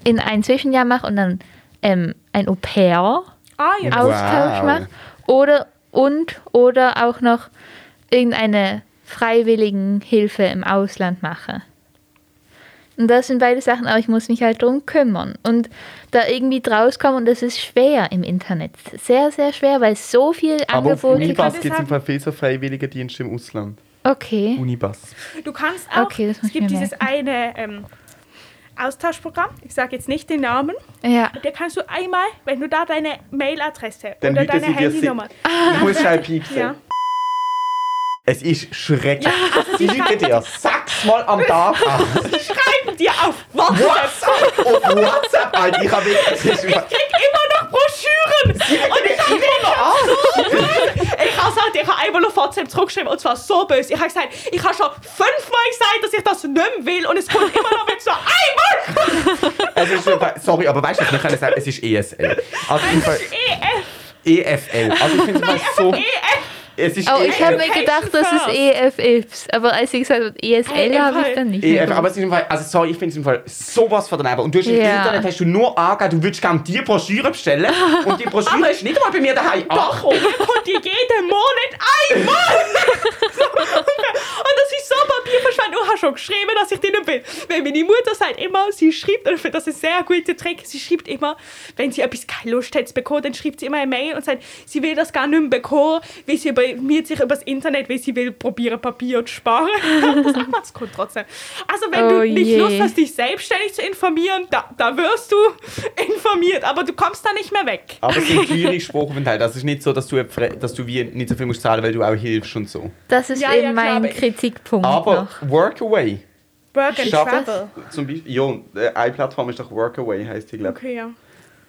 S3: in ein Zwischenjahr mache und dann ähm, ein Au pair
S2: Ah, ja.
S1: Au-
S3: Austausch
S1: Wow.
S3: mache. Oder und oder auch noch irgendeine freiwilligen Hilfe im Ausland mache. Und das sind beide Sachen, aber ich muss mich halt drum kümmern und da irgendwie draus kommen und das ist schwer im Internet. Sehr, sehr schwer, weil es so viel
S1: Aber auf
S3: Angebote gibt.
S1: Unibas
S2: Ich kann
S1: gibt es im
S2: sagen-
S1: Fall viel so freiwillige Dienste im Ausland.
S3: Okay.
S1: Unibas.
S2: Du kannst auch,
S3: Okay, das muss
S2: es
S3: ich
S2: gibt
S3: mir
S2: dieses eine, ähm, Austauschprogramm, ich sage jetzt nicht den Namen,
S3: Ja.
S2: da kannst du einmal, wenn du da deine Mailadresse
S1: Dann
S2: oder
S1: bieten
S2: deine
S1: sie dir
S2: Handynummer,
S1: Ich muss schnell piepsen.
S2: ja, also
S1: Es ist schrecklich. Die Leute dir sechsmal am Tag an.
S2: schreiben dir auf WhatsApp.
S1: WhatsApp! Auf WhatsApp, Alter. Ich habe wirklich...
S2: krieg immer noch Broschüren. Und ich habe immer noch so böse. Ich habe gesagt, ich habe einmal auf WhatsApp zurückgeschrieben und zwar so böse. Ich habe gesagt, ich habe schon fünfmal gesagt, dass ich das nicht mehr will und es kommt immer noch mit so einmal
S1: Es ist, einfach- sorry, aber weißt du, was wir können sagen, es ist ESL. Also im Fall
S2: EF,
S1: EFL. Also ich finde es mal
S2: E
S1: so...
S2: EF.
S1: Es ist E
S3: Oh, ich habe mir
S2: Education
S3: gedacht, das ist
S2: first.
S3: EFFs. Aber als sie gesagt E hat, ESL,
S2: Ey,
S3: habe ich
S2: voll.
S3: dann nicht.
S1: EF,
S3: mehr
S1: E aber es ist im Fall, also sorry, ich finde es im Fall sowas von daneben. Und du hast im
S3: Ja.
S1: Internet hast du nur angegeben, du würdest gerne die Broschüre bestellen und die Broschüre ist nicht mal bei mir daheim
S2: Doch,
S1: angekommen.
S2: und dann kommt die jeden Monat einmal. So ungefähr. und das ist so Papierverschwendung. Ich habe schon geschrieben, dass ich die nicht will. Weil meine Mutter sagt immer, sie schreibt, und ich finde das ist ein sehr guter Trick, sie schreibt immer, wenn sie etwas keine Lust hat zu bekommen, dann schreibt sie immer eine Mail und sagt, sie will das gar nicht mehr bekommen, weil sie informiert sich über das Internet, weil sie will probieren, Papier zu sparen. das macht man, das kommt trotzdem. Also wenn
S3: Oh
S2: du nicht
S3: je.
S2: Lust hast, dich selbstständig zu informieren, da, da wirst du informiert, aber du kommst da nicht mehr weg.
S1: Aber es sind teure Sprachaufenthalte. Das ist nicht so, dass du, äh, fre- dass du wie nicht so viel musst zahlen, weil du auch hilfst und so.
S3: Das ist
S2: Ja, ja,
S3: eben
S2: klar,
S3: mein
S2: aber-
S3: Kritikpunkt
S1: Aber
S3: noch.
S1: Workaway.
S2: Work and
S1: Schaffen.
S2: travel.
S1: Zum Beispiel, jo, äh, eine Plattform ist doch Workaway, heißt die, glaube ich.
S2: Okay, ja.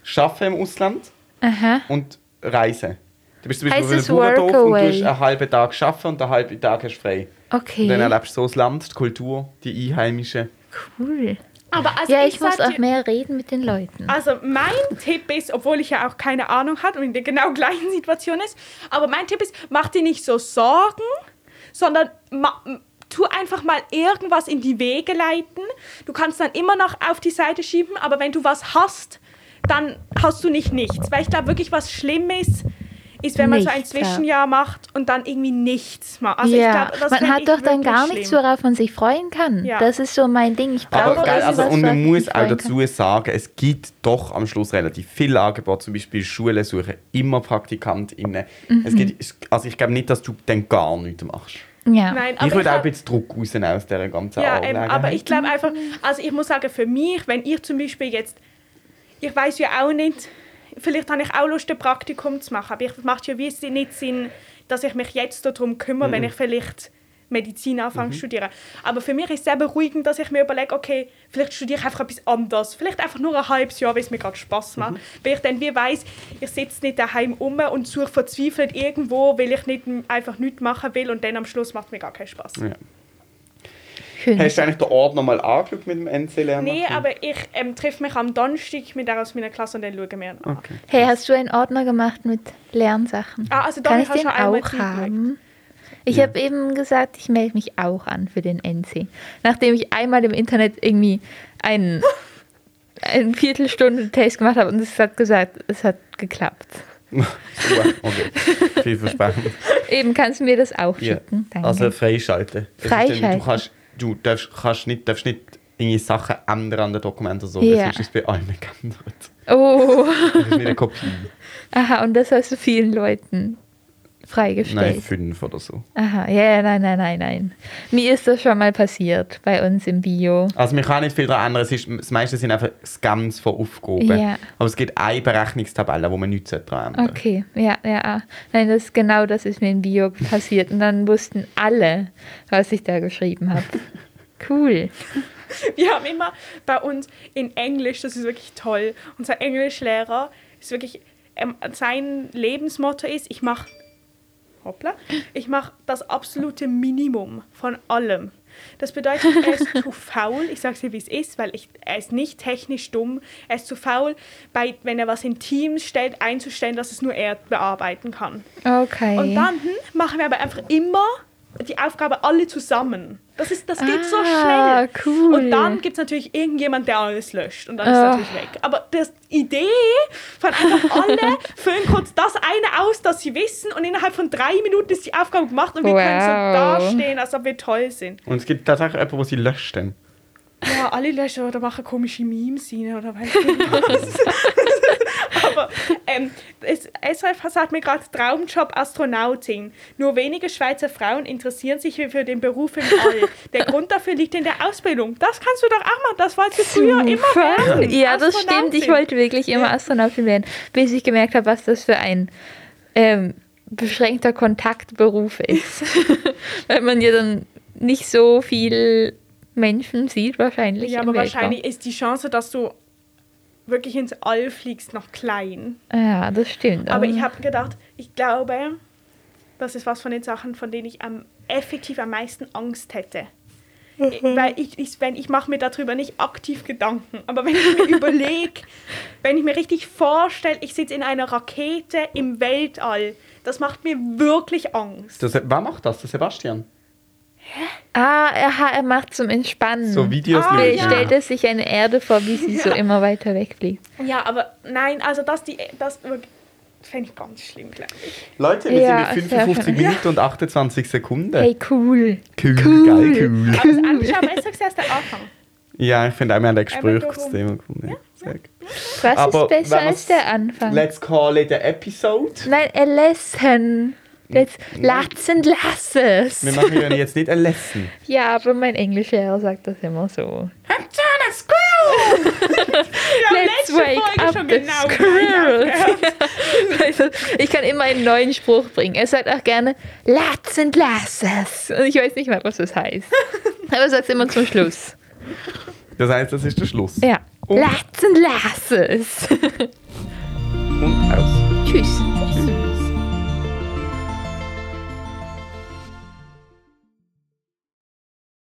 S1: Schaffen im Ausland
S3: Aha.
S1: und reisen. Du bist zum
S3: Heißt
S1: Beispiel
S3: es
S1: auf einem Bauerndorf und du
S3: Workaway?
S1: hast einen halben Tag arbeiten und einen halben Tag hast du frei. Und dann
S3: Okay,
S1: erlebst du so das Land, die Kultur, die Einheimischen.
S3: cool.
S2: Aber also
S3: Ja,
S2: ich,
S3: ich muss
S2: sag
S3: auch
S2: dir-
S3: mehr reden mit den Leuten.
S2: Also mein Tipp ist, obwohl ich ja auch keine Ahnung hat und in der genau gleichen Situation ist, aber mein Tipp ist, mach dir nicht so Sorgen, sondern ma m- tu einfach mal irgendwas in die Wege leiten. Du kannst dann immer noch auf die Seite schieben, aber wenn du was hast, dann hast du nicht nichts. Weil ich glaube wirklich, was Schlimmes ist, wenn man so ein
S3: Nichts, ja.
S2: Zwischenjahr macht und dann irgendwie nichts macht. Also ich
S3: ja,
S2: glaube, das
S3: man
S2: fänd
S3: hat
S2: ich
S3: doch dann
S2: wirklich
S3: gar nichts,
S2: schlimm.
S3: worauf man sich freuen kann.
S2: Ja.
S3: Das ist so mein Ding. Ich brauche
S1: Aber geil,
S3: irgendwie
S1: also,
S3: was,
S1: und
S3: worauf
S1: man
S3: ich
S1: muss
S3: mich
S1: auch
S3: freuen
S1: dazu sagen, es gibt doch am Schluss relativ viele Angebote, zum Beispiel Schulen suchen immer PraktikantInnen. Es gibt, es- also ich glaube nicht, dass du dann gar nichts machst.
S3: kann. Ja.
S2: Nein,
S1: ich würde auch ein
S2: hab-
S1: bisschen Druck rausnehmen aus dieser ganzen
S2: Ja, ähm,
S1: Angelegenheit.
S2: aber ich glaube einfach, also ich muss sagen, für mich, wenn ich zum Beispiel jetzt, ich weiß ja auch nicht, vielleicht habe ich auch Lust, ein Praktikum zu machen, aber ich macht ja wie es nicht Sinn, dass ich mich jetzt darum kümmere, wenn ich vielleicht Medizin anfange zu studieren. Aber für mich ist es sehr beruhigend, dass ich mir überlege, okay, vielleicht studiere ich einfach etwas anderes. Vielleicht einfach nur ein halbes Jahr, weil es mir gerade Spaß macht. Weil ich dann wie weiß, ich sitze nicht daheim um und suche verzweifelt irgendwo, weil ich nicht einfach nichts machen will und dann am Schluss macht mir gar keinen Spaß.
S1: Ja.
S3: Schön.
S1: Hast du eigentlich den Ort nochmal angeschaut mit dem NC-Lernen?
S2: Nee, aber ich ähm, treffe mich am Donnerstag mit der aus meiner Klasse und dann schauen wir ihn an.
S1: Okay.
S3: Hey, hast du einen Ordner gemacht mit Lernsachen?
S2: Ah, also
S3: Kann
S2: Domi
S3: ich
S2: hat
S3: den
S2: schon einmal
S3: auch
S2: zugesagt.
S3: haben? Ich
S1: Ja.
S3: habe eben gesagt, ich melde mich auch an für den NC. Nachdem ich einmal im Internet irgendwie einen, einen Viertelstunde-Test gemacht habe und es hat gesagt, es hat geklappt.
S1: Super, okay. Vielversprechend.
S3: Eben, kannst du mir das auch
S1: Ja.
S3: schicken? Danke.
S1: Also freischalten. Das ist dann-
S3: Freischalten.
S1: Du, kannst, du darfst, kannst nicht, darfst nicht irgendwie Sachen ändern an den Dokumenten. So.
S3: Ja.
S1: Das ist es bei allen geändert.
S3: oh,
S1: Das ist nicht eine Kopie.
S3: aha, und das hast du vielen Leuten freigestellt.
S1: Nein, fünf oder so.
S3: Aha, ja, ja, nein, nein, nein, nein. Mir ist das schon mal passiert bei uns im Bio.
S1: Also man kann nicht viel daran ändern. Es ist, das meiste sind einfach Scams von Aufgaben.
S3: Ja.
S1: Aber es gibt eine Berechnungstabelle, wo man nichts daran ändern sollte.
S3: Okay, ja, ja. ah. Nein, das genau das ist mir in Bio passiert. Und dann wussten alle, was ich da geschrieben habe. Cool.
S2: Wir haben immer bei uns in Englisch, das ist wirklich toll, unser Englischlehrer ist wirklich, ähm, sein Lebensmotto ist, ich mache, hoppla, ich mache das absolute Minimum von allem. Das bedeutet, er ist zu faul, ich sage dir, wie es ist, weil ich, er ist nicht technisch dumm, er ist zu faul, bei, wenn er was in Teams stellt, einzustellen, dass es nur er bearbeiten kann.
S3: Okay.
S2: Und dann hm, machen wir aber einfach immer die Aufgabe alle zusammen. Das, ist, das geht so
S3: Ah,
S2: schnell.
S3: cool.
S2: Und dann gibt es natürlich irgendjemand, der alles löscht. Und dann ist es
S3: Ah.
S2: natürlich weg. Aber das- die Idee von einfach alle füllen kurz das eine aus, das sie wissen. Und innerhalb von drei Minuten ist die Aufgabe gemacht. Und wir können so
S3: Wow.
S2: dastehen, als ob wir toll sind.
S1: Und es gibt tatsächlich jemanden, der sie löscht. Dann.
S2: Ja, alle löschen oder machen komische Memes rein oder weiß ich was. aber ähm, es, SRF sagt mir gerade Traumjob Astronautin. Nur wenige Schweizer Frauen interessieren sich für den Beruf im All. Der Grund dafür liegt in der Ausbildung. Das kannst du doch auch machen. Das wolltest du früher immer
S3: Super.
S2: werden.
S3: Ja, das stimmt. Ich
S2: Astronautin.
S3: wollte wirklich immer Astronautin werden, bis ich gemerkt habe, was das für ein ähm, beschränkter Kontaktberuf ist. Weil man ja dann nicht so viel Menschen sieht, wahrscheinlich.
S2: Ja,
S3: im
S2: aber
S3: Weltraum.
S2: wahrscheinlich ist die Chance, dass du wirklich ins All fliegst, noch klein.
S3: Ja, das stimmt.
S2: Aber ich habe gedacht, ich glaube, das ist was von den Sachen, von denen ich am effektiv am meisten Angst hätte.
S3: Mhm.
S2: Äh, Weil ich, ich, wenn, ich mache mir darüber nicht aktiv Gedanken. Aber wenn ich mir überlege, wenn ich mir richtig vorstelle, ich sitze in einer Rakete im Weltall, das macht mir wirklich Angst.
S1: Das, wer macht das? Der Sebastian.
S3: Ah, er, ha- er macht zum Entspannen.
S1: So Videos
S2: Ah,
S3: Er
S1: lösen.
S2: ja.
S3: stellt er sich eine Erde vor, wie sie so immer weiter wegfliegt.
S2: Ja, aber nein, also das, die, das fände ich ganz schlimm, glaube ich.
S1: Leute, wir
S3: Ja,
S1: sind mit
S3: sehr
S1: 55
S3: schön.
S1: Minuten und 28 Sekunden.
S3: Hey, cool.
S1: cool,
S3: cool.
S1: geil, cool.
S2: Aber das andere ist aber besser als der Anfang.
S1: Ja, ich finde auch, wir haben ein Gespräch
S2: Einfach
S1: zu
S2: darum.
S1: dem gefunden. Ja, sehr gut.
S3: Was
S1: Aber
S3: ist besser
S1: wenn man
S3: als der Anfang?
S1: Let's call it an episode.
S3: Nein, er lassen. Let's lassen, lass
S1: Wir
S3: es.
S1: machen ja jetzt nicht ein Lesson.
S3: Ja, aber mein Englischlehrer sagt das immer so.
S2: Wir haben
S3: Let's
S2: letzte Folge
S3: wake up
S2: schon
S3: the
S2: genau
S3: squirrels. Also, ich kann immer einen neuen Spruch bringen. Er sagt auch gerne, let's and lass es. Und ich weiß nicht mal, was das heißt. Aber er sagt es immer zum Schluss.
S1: Das heißt, das ist der Schluss.
S3: Ja.
S2: Oh.
S1: Und-
S3: Let's and lass es.
S1: Und aus.
S3: Tschüss.